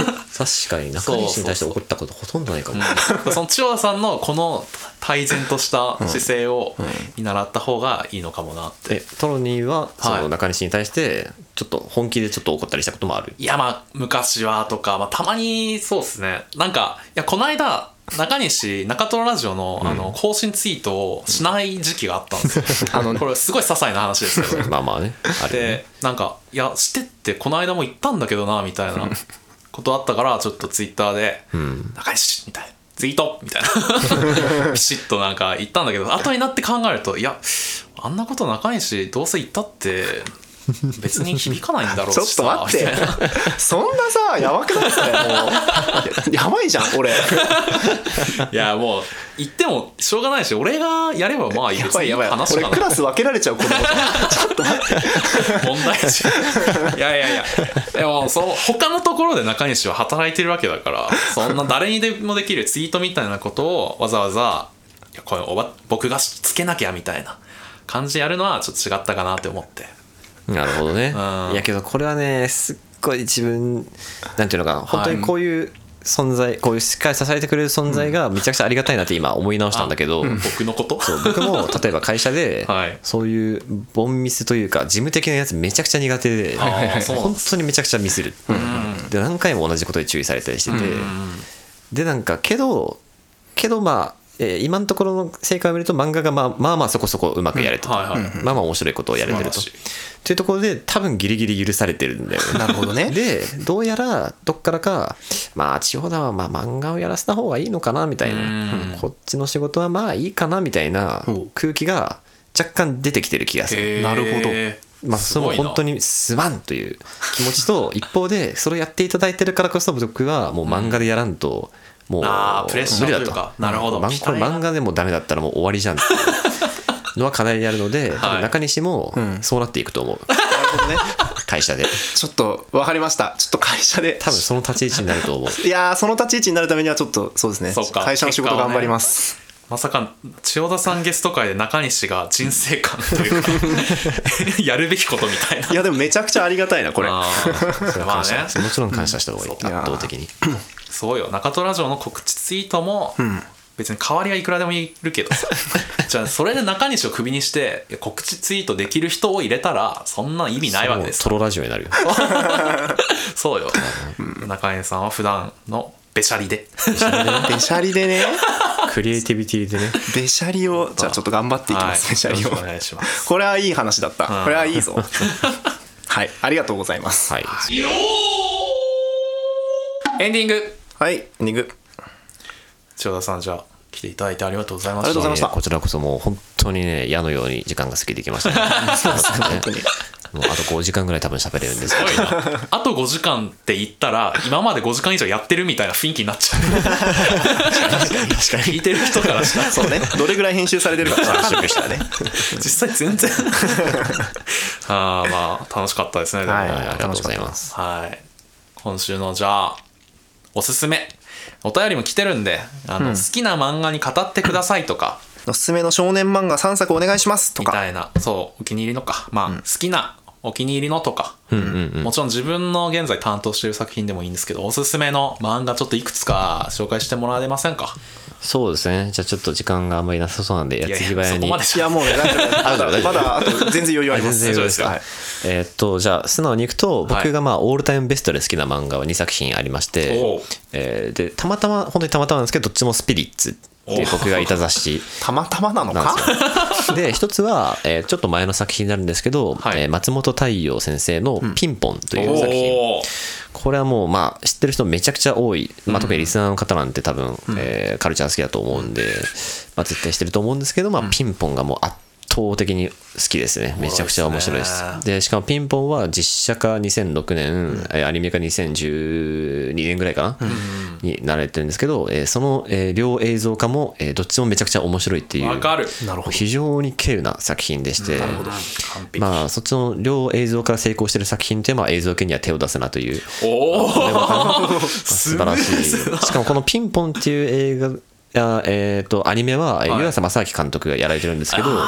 かに中西に対して怒ったことほとんどないかもうんその千代田さんのこの泰然とした姿勢を見習った方がいいのかもなって、えトロニーはそはいの中西に対してちょっと本気でちょっと怒ったりしたこともあるいやまあ昔はとか、まあ、たまにそうですねなんかいやこの間中西中トロラジオのあの更新ツイートをしない時期があったん ですよ、これすごい些細な話ですけどまあまあねあるよねでなんか「いやしてってこの間も言ったんだけどな」みたいなことあったからちょっとツイッターで「中西」みたいな「ツイートみたい なピシッとなんか言ったんだけど後になって考えるといやあんなこと中西どうせ言ったって別に響かないんだろうし ちさょっと待っみてたいなそんなさやばくないっすねもうやばいじゃん俺いやもう言ってもしょうがないし俺がやればまあや別ばいにやばい話俺がクラス分けられちゃう子供じゃん問題児いやいやいやでもそう他のところで中西は働いてるわけだからそんな誰にでもできるツイートみたいなことをわざわざいやこれおば僕がしつけなきゃみたいな感じでやるのはちょっと違ったかなって思ってなるほどね。うんいやけどこれはねすっごい自分なんていうのかな本当にこういう存在こういうしっかり支えてくれる存在がめちゃくちゃありがたいなって今思い直したんだけど。僕のことそう 僕も例えば会社ではいそういうボンミスというか事務的なやつめちゃくちゃ苦手であーそうなん本当にめちゃくちゃミスるで何回も同じことで注意されたりしててでなんかけどけどまあえー今のところの成果を見ると漫画がまあまあまあそこそこうまくやれてるとはいはいまあまあ面白いことをやれてると素晴らというところで多分ギリギリ許されてるんだよねなるほどねでどうやらどっからかまあ千代田はまあ漫画をやらせた方がいいのかなみたいなこっちの仕事はまあいいかなみたいな空気が若干出てきてる気がする。へーなるほどまあ、すそごのいな本当にすまんという気持ちと一 方でそれをやっていただいてるからこそ僕はもう漫画でやらんともうあープレッシャー無理だというとかなるほどまん期こ待れが漫画でもダメだったらもう終わりじゃんって いうのはかなりあるので多分中西もそうなっていくと思う会社 でちょっと分かりましたちょっと会社で多分その立ち位置になると思ういやーその立ち位置になるためにはちょっとそうですねそっか会社の仕事頑張ります、まさか千代田さんゲスト会で中西が人生観という かやるべきことみたいないやでもめちゃくちゃありがたいなこれあーまあねもちろん感謝した方がいいうん圧倒的にそうよ中戸ラジオの告知ツイートも、別に代わりはいくらでもいるけど さじゃあそれで中西をクビにしていや告知ツイートできる人を入れたらそんな意味ないわけですトロラジオに なるよそうよ、中西さんは普段のべしゃりでべしゃりでね クリエイティビティでねべしゃりをじゃあちょっと頑張っていきます、べしゃはいりよをろしくお願いしますこれはいい話だったうんこれはいい ぞはいありがとうございますはいエンディングはいエンディング千代田さんじゃあ来ていただいてありがとうございまありがとうごしざたいましたこちらこそもう本当にね矢のように時間が過ぎてきました ねそうですねもうあと5時間ぐらい多分喋れるんですけどすごいなあと5時間って言ったら今まで5時間以上やってるみたいな雰囲気になっちゃう聞いてる人からしたらそうねどれぐらい編集されてる か楽しみでしたね 実際全然 あーまあ楽しかったですねでもははいい、はいありがとうございます今週のじゃあおすすめお便りも来てるんであの、好きな漫画に語ってくださいとかおすすめの少年漫画3作お願いしますとみかたいなそうお気に入りのかまあ、好きなお気に入りのとか、もちろん自分の現在担当してる作品でもいいんですけどおすすめの漫画ちょっといくつか紹介してもらえませんかそうですねじゃあちょっと時間があんまりなさそうなんでい矢や継いぎや早そこにまでしいやもうねまだ大丈ま夫だあと全然余裕あります全然余裕ですかはいえーっとじゃあ素直にいくとはい僕がまあオールタイムベストで好きな漫画は2作品ありまして、おうえーでたまたま本当にたまたまなんですけどどっちもスピリッツっていう僕がいた雑 誌たまたまなのなんかですよで一つは、えーちょっと前の作品になるんですけど、はいえー松本太陽先生の「ピンポン」という作品、おーこれはもうまあ知ってる人めちゃくちゃ多い、まあ、特にリスナーの方なんて多分、えーカルチャー好きだと思うんで、まあ、絶対してると思うんですけど、まあ、ピンポンがもう圧倒的に好きですねめちゃくちゃ面白いです面白いですでしかもピンポンは実写化2006年、えーアニメ化2012年ぐらいかな、になられてるんですけど、えーその、えー両映像化も、えーどっちもめちゃくちゃ面白いっていうわかる非常に稀有な作品でして、完璧、まあ、そっちの両映像化成功してる作品というのは映像系には手を出すなというおお 素晴らしいしかもこの「ピンポン」っていう映画あえー、とアニメはえー湯浅正明監督がやられてるんですけど、ま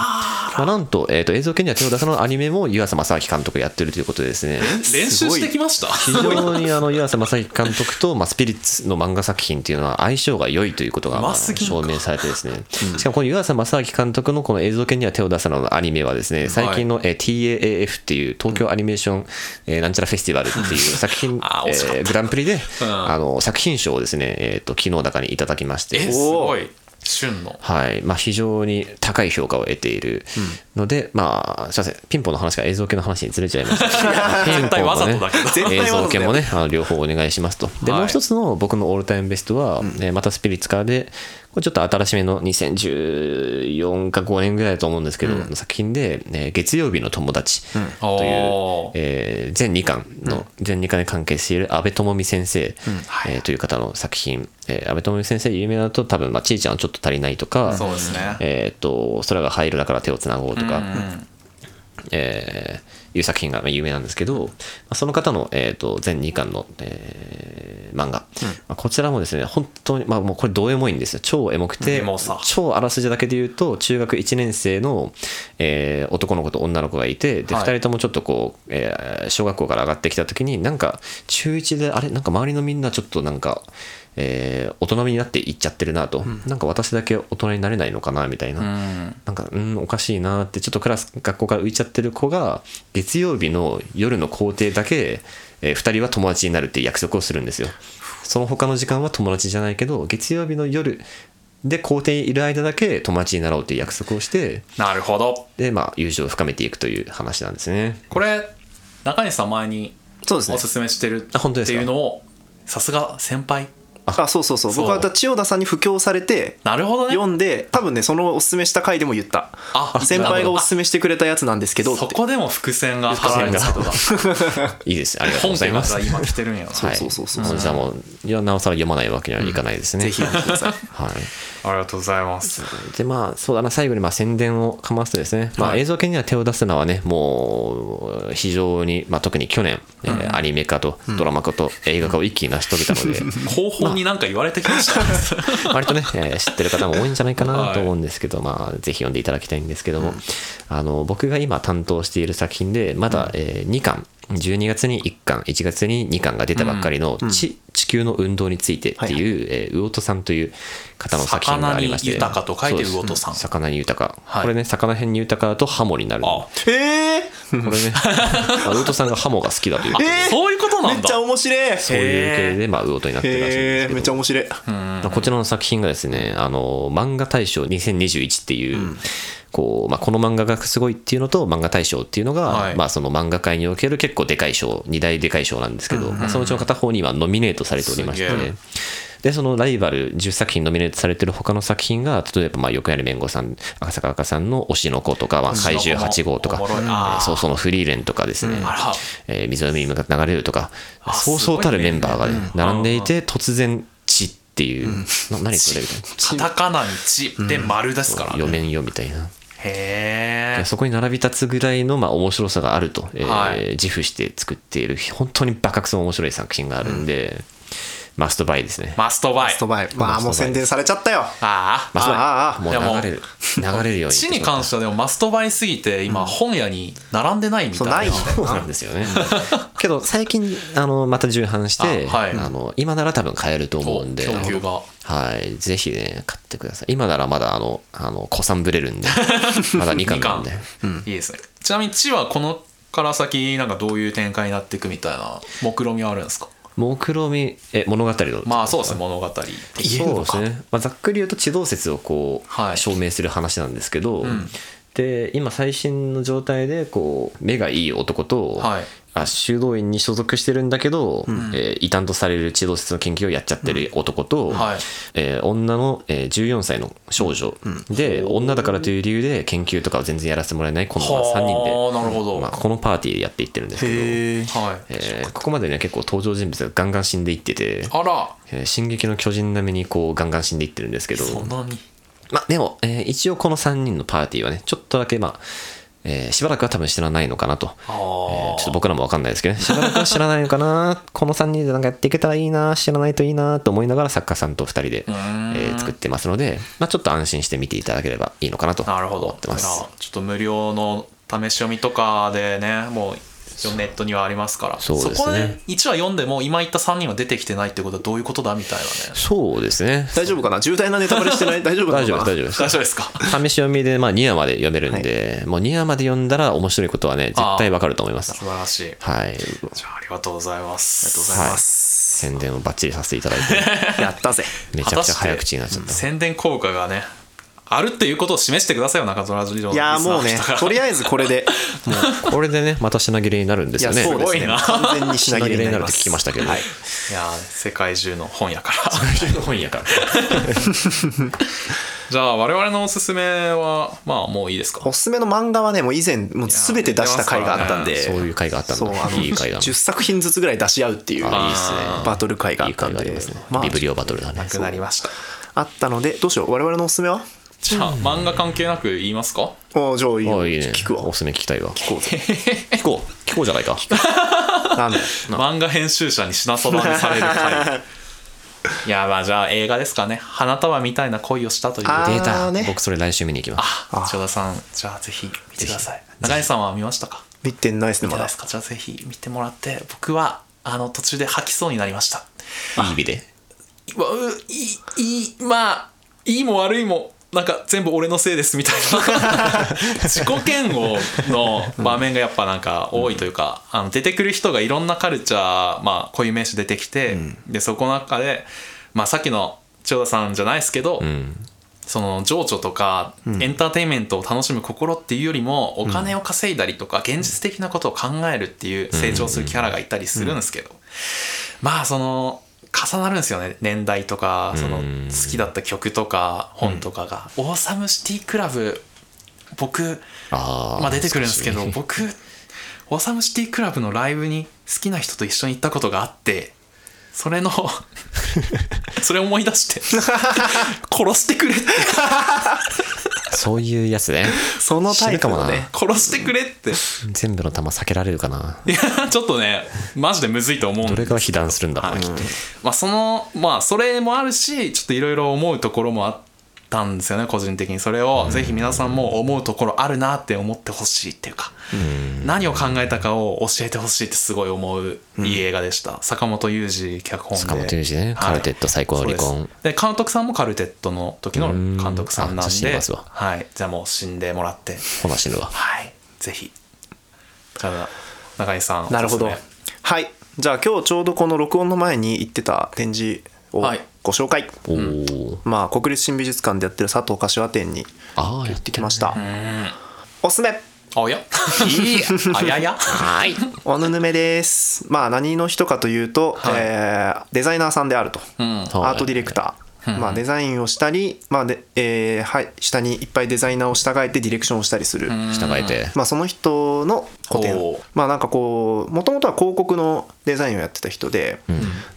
あ、なんと,、えー、と映像系には手を出さないアニメも湯浅正明監督がやってるということでですね練習してきました非常にあの湯浅正明監督と、まあ、スピリッツの漫画作品っていうのは相性が良いということが、まあうますぎんか証明されてですね、しかもこの湯浅正明監督のこの映像系には手を出さないのアニメはですね最近の、えー TAAF っていう東京アニメーション、えーなんちゃらフェスティバルっていう作品、 あーえ惜しかったーグランプリで、あの作品賞をですね、えー、と昨日だかにいただきましてえすごい旬のはいまあ、非常に高い評価を得ているので、まあ、すいません、ピンポンの話が映像系の話にずれちゃいました ピンポン対わもざねとだけ ど絶対映わざとだよ像系もね、あの両方お願いしますと。で、はいもう一つの僕のオールタイムベストは、えーまたスピリッツからで、これちょっと新しめの2014か5年ぐらいだと思うんですけど、の作品で、えー月曜日の友達という、おーえー全2巻の、全2巻に関係している安倍智美先生、えーという方の作品、えー安倍智美先生有名だと多分、まあ、ちいちゃんはちょっと足りないとか、そうですねえー、と空が灰色だから手をつなごうとか、うんえーいう作品がまあ有名なんですけど、まあその方の、えー、と全2巻の、えー漫画、まあこちらもですね本当に、まあ、もうこれどうエモいんですよ超エモくてエモさ超あらすじだけで言うと中学1年生の、えー男の子と女の子がいてで、はい2人ともちょっとこう、えー小学校から上がってきた時になんか中1であれなんか周りのみんなちょっとなんか。えー大人になっていっちゃってるなと、なんか私だけ大人になれないのかなみたいな、うんなんか、うん、おかしいなって、ちょっとクラス、学校から浮いちゃってる子が、月曜日の夜の校庭だけ、え2人は友達になるっていう約束をするんですよ。その他の時間は友達じゃないけど、月曜日の夜で校庭にいる間だけ友達になろうっていう約束をして、なるほどで、まあ、友情を深めていくという話なんですね。これ中西さん前にそうですねおすすめしてるあ本当でっすてかいうのをさすが先輩あそうそうそうそう僕はだから千代田さんに布教されてなるほどね読んで多分ねそのおすすめした回でも言ったあ先輩がおすすすめしてくれたやつなんですけどってそこでも伏線が張られてたんだ いいです。ありがとうご本ざい編まがす。さ今来てる んやなそうそうそうそうはい、じゃあもう、いやなおさら読まないわけにはいかないですね。ぜひ読んでください はい。ありがとうございますでまあそうだな最後にまあ宣伝をかますとですね、まあ、映像系には手を出すのはねもう非常に、まあ、特に去年、えーアニメ化とドラマ化と映画化を一気に成し遂げたので、広報になんか言われてきました割とね、 えー知ってる方も多いんじゃないかなと思うんですけど、まあ、ぜひ読んでいただきたいんですけども、あの僕が今担当している作品でまだ、え2巻12月に1巻1月に2巻が出たばっかりの「地地球の運動について」っていう、えー魚戸さんという方の作品がありまし魚てに豊かと書いてそう魚戸ですさん魚に豊か、はいこれね魚辺に豊かだとハモになるあこええれねまあ魚戸さんがハモが好きだということでえーそういうことな めんっちゃだ面白いへそういう系で、まあ、魚戸になってるらしいんですえけどめっちゃ面白いまあこちらの作品がですね、あの漫画大賞2021っていう、こうまあ、この漫画がすごいっていうのと漫画大賞っていうのが、はいまあ、その漫画界における結構でかい賞2大でかい賞なんですけど、まあ、そのうちの片方にはノミネートされておりましてすげえでそのライバル10作品ノミネートされてる他の作品が例えばまあよくやる弁護さん赤坂赤さんの「推しの子」とか「まあ、怪獣8号」とか「え推しの子もおもろいなーそうそのフリーレン」とかですね、あらえー湖に向かって流れるとかそうそうたるメンバーが、ね並んでいて突然「ち」っていう、な 何それみたいなカタカナに「ち」で「丸ですから読めんよみたいなへえそこに並び立つぐらいのまあ面白さがあると、えーはい自負して作っている本当にバカクソ面白い作品があるんで、マストバイですね、マストバイストバイまあもう宣伝されちゃったよあマストバイああもういやもう流れる流れるようあに地に関してはでもマストバイすぎて今本屋に並んでないみたそうないいんなだよそうなんですよね けど最近あのまた重版してあ、あはいの今なら多分買えると思うんで供給がはい、ぜひね、買ってください。今ならまだあの、あの、子さんぶれる んで、まだ2巻なんで。いいですねちなみに「ち」はこのから先なんかどういう展開になっていくみたいな目論見はあるんですか目論み、え、物語の。まあそうですね物語的そうですね。まあ、ざっくり言うと地動説をこう、はい証明する話なんですけど、んで、今最新の状態で、こう、目がいい男と、はいあ修道院に所属してるんだけど、えー異端とされる地動説の研究をやっちゃってる男と、はいえー女の、えー14歳の少女、で女だからという理由で研究とかを全然やらせてもらえない今度は3人ではあなるほどまあ、このパーティーでやっていってるんですけど、へえはいえーここまでね結構登場人物がガンガン死んでいっててあら「えー進撃の巨人」並みにこうガンガン死んでいってるんですけどそんなにまあでも、えー一応この3人のパーティーはねちょっとだけまあ、えーしばらくは多分知らないのかなと。あえーちょっとー僕らも分かんないですけどねしばらくは知らないのかな この3人でなんかやっていけたらいいな知らないといいなと思いながら作家さんと2人で、えんー作ってますので、まあ、ちょっと安心して見ていただければいいのかなとなるほ思どってますあらちょっと無料の試し読みとかでねもう一応ネットにはありますからそうですこねで1話読んでも今言った3人は出てきてないってことはどういうことだみたいなねそうですね大丈夫かな重大なネタバレしてない 大丈夫な大の丈か夫なです大丈夫です大丈夫ですか 試し読みでまあ2話まで読めるんで、もう2話まで読んだら面白いことはね絶対わかると思います素晴らしいはいじゃあありがとうございますありがとうございますです宣伝をバッチリさせていただいてやったぜめちゃくちゃ早口になっちゃった宣伝効果がねあるっていうことを示してくださいよ中園ラジオのいやーもうね リ スナーの人がとりあえずこれでこれでねまた品切れになるんでいすよやねそうですごいねな完全に品品切切れれににななりるまってす聞きましたけど、いやー世界中の本やから本やから じゃあ我々のおすすめはまあもういいですかおすすめの漫画はねもう以前もう全て出した回があったんでそういう回があったんそうあだのいい回だな10作品ずつぐらい出し合うっていうあいいっすねバトル回があいっいた回んがありでますね、まあビブリオバトルだねなくなりましたあったのでどうしよう我々のおすすめはじゃあ漫画関係なく言いますかおじゃあいいあよあいいね聞くわおすすめ聞きたいわ聞こうぜこう聞こうじゃないかなんだ漫画編集者に品定めさ れる回いやまあじゃあ映画ですかね花束みたいな恋をしたというあデーあータね僕それ来週見に行きますあ千代田さんじゃあぜひ見てください中西さんは見ましたか見てないですね見まてないだですかじゃあぜひ見てもらって僕はあの途中で吐きそうになりましたいい意味でうわういいいいまあいいも悪いもなんか全部俺のせいですみたい な自己嫌悪の場面がやっぱなんか多いというか、あの出てくる人がいろんなカルチャー、まあ、固有名詞出てきて、でそこの中で、まあ、さっきの千代田さんじゃないですけど、うんその情緒とかエンターテインメントを楽しむ心っていうよりもお金を稼いだりとか現実的なことを考えるっていう成長するキャラがいたりするんですけどまあその重なるんですよね年代とかそのうん好きだった曲とか本とかが「オーサムシティクラブ」僕あーまあ出てくるんですけど懐かしい僕オーサムシティクラブのライブに好きな人と一緒に行ったことがあってそ れのそれを思い出して殺してくれってそういうやつねそのタイプの死ぬね殺してくれってい全部の弾避けられるかなやちょっとねマジでむずいと思うんどでれが被弾するんだろうはないきっとまあそのまあそれもあるしちょっといろいろ思うところもあったんですよね個人的にそれをぜひ皆さんも思うところあるなって思ってほしいっていうか何を考えたかを教えてほしいってすごい思ういい映画でした坂本雄二脚本で坂本龍二ねはいカルテット最高の離そう婚ですで監督さんもカルテットの時の監督さんなんうんあじゃあ死にでますわはいじゃあもう死んでもらってほな死ぬわはい、ぜひ。じゃあ、中井さん。なるほどおすすはいじゃあ今日ちょうどこの録音の前に行ってた展示をはいご紹介おおまあ国立新美術館でやってる佐藤柏店にああ行やっっててききままししたおすすめめ あ、いや。いい。あやや。はい。おぬぬめですまあ何の人かというと、はいえーデザイナーさんであると、うん。はいアートディレクター、まあ、デザインをしたり、まあでえーはい、下にいっぱいデザイナーを従えてディレクションをしたりする、た従えてまあ、その人の個お展ーまあなんかこうもともとは広告のデザインをやってた人で、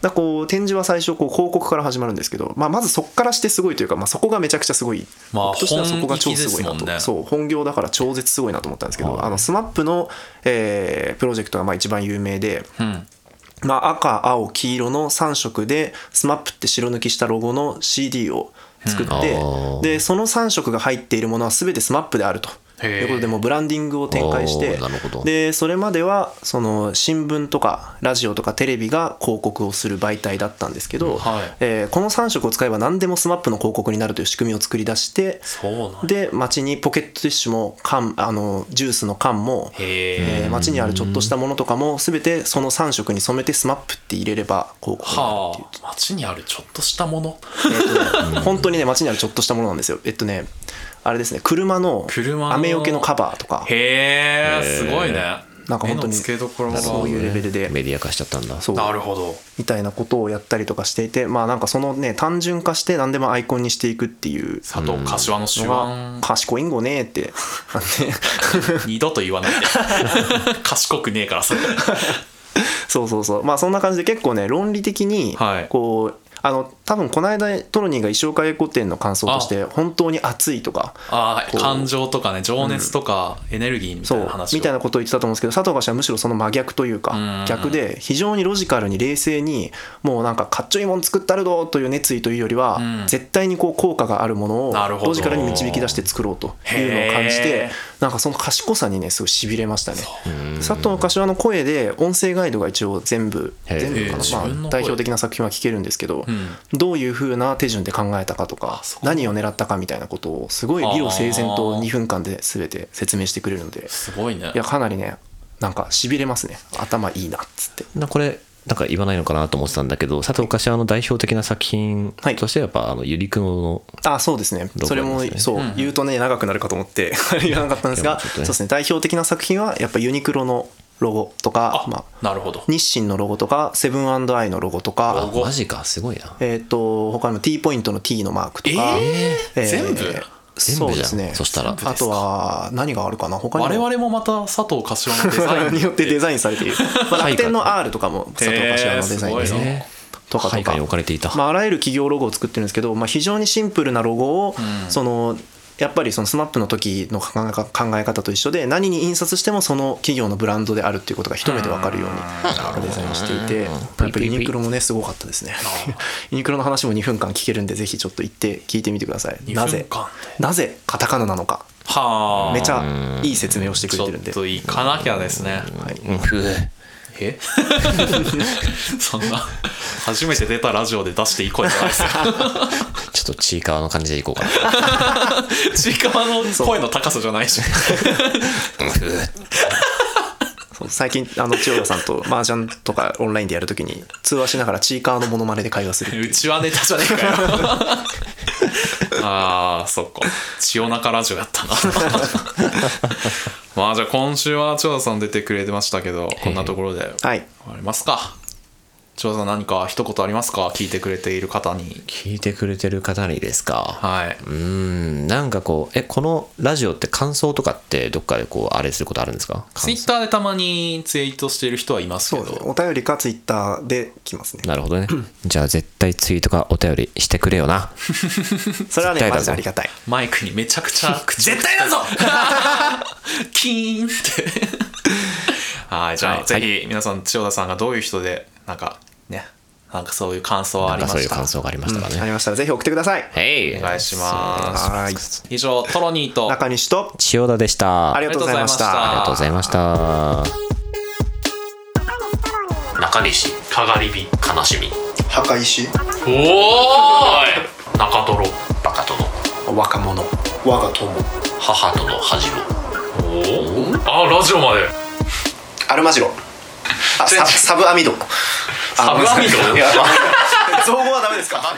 だこう展示は最初こう広告から始まるんですけど、まあ、まずそこからしてすごいというか、まあ、そこがめちゃくちゃすごい、まあ僕としてはそこが超すごいな本と、気ですもんねそう本業だから超絶すごいなと思ったんですけど、はいあの SMAP の、えープロジェクトがまあ一番有名で。うん。まあ、赤青黄色の3色で SMAP って白抜きしたロゴの CD を作って、うんあーでその3色が入っているものは全て SMAP であると。とへーいうことでもうブランディングを展開しておーなるほどでそれまではその新聞とかラジオとかテレビが広告をする媒体だったんですけど、はいえーこの3色を使えば何でも SMAP の広告になるという仕組みを作り出してそうなん。で街にポケットティッシュも缶あのジュースの缶もへえーえ。街にあるちょっとしたものとかも全てその3色に染めて SMAP って入れれば広告になるはあ。街にあるちょっとしたもの。えーとね本当にね街にあるちょっとしたものなんですよえっとねあれですね車の車の雨よけのカバーとかへえ。すごいね。なんか本目の当に付けどころが。そういうレベルでメディア化しちゃったんだそうなるほど。みたいなことをやったりとかしていてまあなんかそのね単純化して何でもアイコンにしていくっていう佐藤柏の手のが腕。賢いんごねーってなんで二度と言わないで。賢くねえから さ。そうそうそうまあそんな感じで結構ね論理的にはいこう、あの多分この間トロニーが衣装会古典の感想として本当に熱いとかああ、こう感情とかね、情熱とか、エネルギーみたそいなう話を。みたいなことを言ってたと思うんですけど佐藤氏はむしろその真逆といううかん逆で非常にロジカルに冷静にもうなんかかっちょいいもん作ったるどという熱意というよりはうん絶対にこう効果があるものをなるほどロジカルに導き出して作ろうというのを感じてへーなんかその賢さにねすごいしびれましたね。佐藤柏の声で音声ガイドが一応全部へー全部か自な、分まあ、の声代表的な作品は聞けるんですけど、んどういう風な手順で考えたかとかそう何を狙ったかみたいなことをすごい理路整然と2分間で全て説明してくれるのですごいねいや。かなりねなんかしびれますね頭いいなっつってなこれなんか言わないのかなと思ってたんだけど佐藤柏の代表的な作品はいとしてはやっぱあのゆりくのあそうですねどそこれなんもですねそう、言うとね長くなるかと思って 言わなかったんですいやがちょそっとうねですね代表的な作品はやっぱユニクロのロゴとかまあ、なるほど日清のロゴとかセブンアイのロゴとかあマジかすごいなえっ、と他にも T ポイントの T のマークとか、えーえー全部全そう部じでゃんすねそしたらあとは何があるかな他にも我々もまた佐藤柏のデ ザインによってデザインされている、まあ、楽天の R とかも佐藤柏のデザインですね、ねとかと海か外に置かれていた、まあ、あらゆる企業ロゴを作ってるんですけど、まあ、非常にシンプルなロゴを、そのやっぱりその SMAP の時の考え考え方と一緒で何に印刷してもその企業のブランドであるっていうことが一目で分かるようにデザインしていてやっぱりユニクロもねすごかったですねユニクロの話も2分間聞けるんでぜひちょっと行って聞いてみてくださいなぜ2分間なぜカタカナなのかはあめちゃいい説明をしてくちれょてるんでっと行かなきゃですねうんふうえ そんな初めて出たラジオで出していい声じゃないです よちょっとちいかわの感じでいこうかなちいかわの声の高さじゃないしそう最近あの千代田さんと麻雀とかオンラインでやるときに通話しながらチーカーのモノマネで会話するっ ていううちはネタじゃねえ かよあーそっか千代中ラジオやった なまあじゃあ今週は千代田さん出てくれてましたけどこんなところで終はいわりますか千代田さん何か一言ありますか聞いてくれている方に聞いてくれてる方にですかはいうーんなんかこうえこのラジオって感想とかってどっかでこうあれすることあるんですかツイッターでたまにツイートしている人はいますけそうですねどお便りかツイッターで来ますねなるほどねじゃあ絶対ツイートかお便りしてくれよな それはね絶対だぞマジでありがたいマイクにめちゃくちゃ口絶対だぞ キーンってはいじゃあ、はいぜひ皆さん千代田さんがどういう人でなんかねなんかそういう感想はなあんりかましたそういう感想がありましたかあね、りましたらぜひ送ってくださいはいお願いしますはい以上トロニーと中西と千代田でしたありがとうございましありがとうございましたたありがとうございました中西かがり火悲しみ墓お石ーい中トロバカ殿若者我が友母との恥をおおあラジオまでアルマジロあササブアミドサブアミド いや造語はダメですか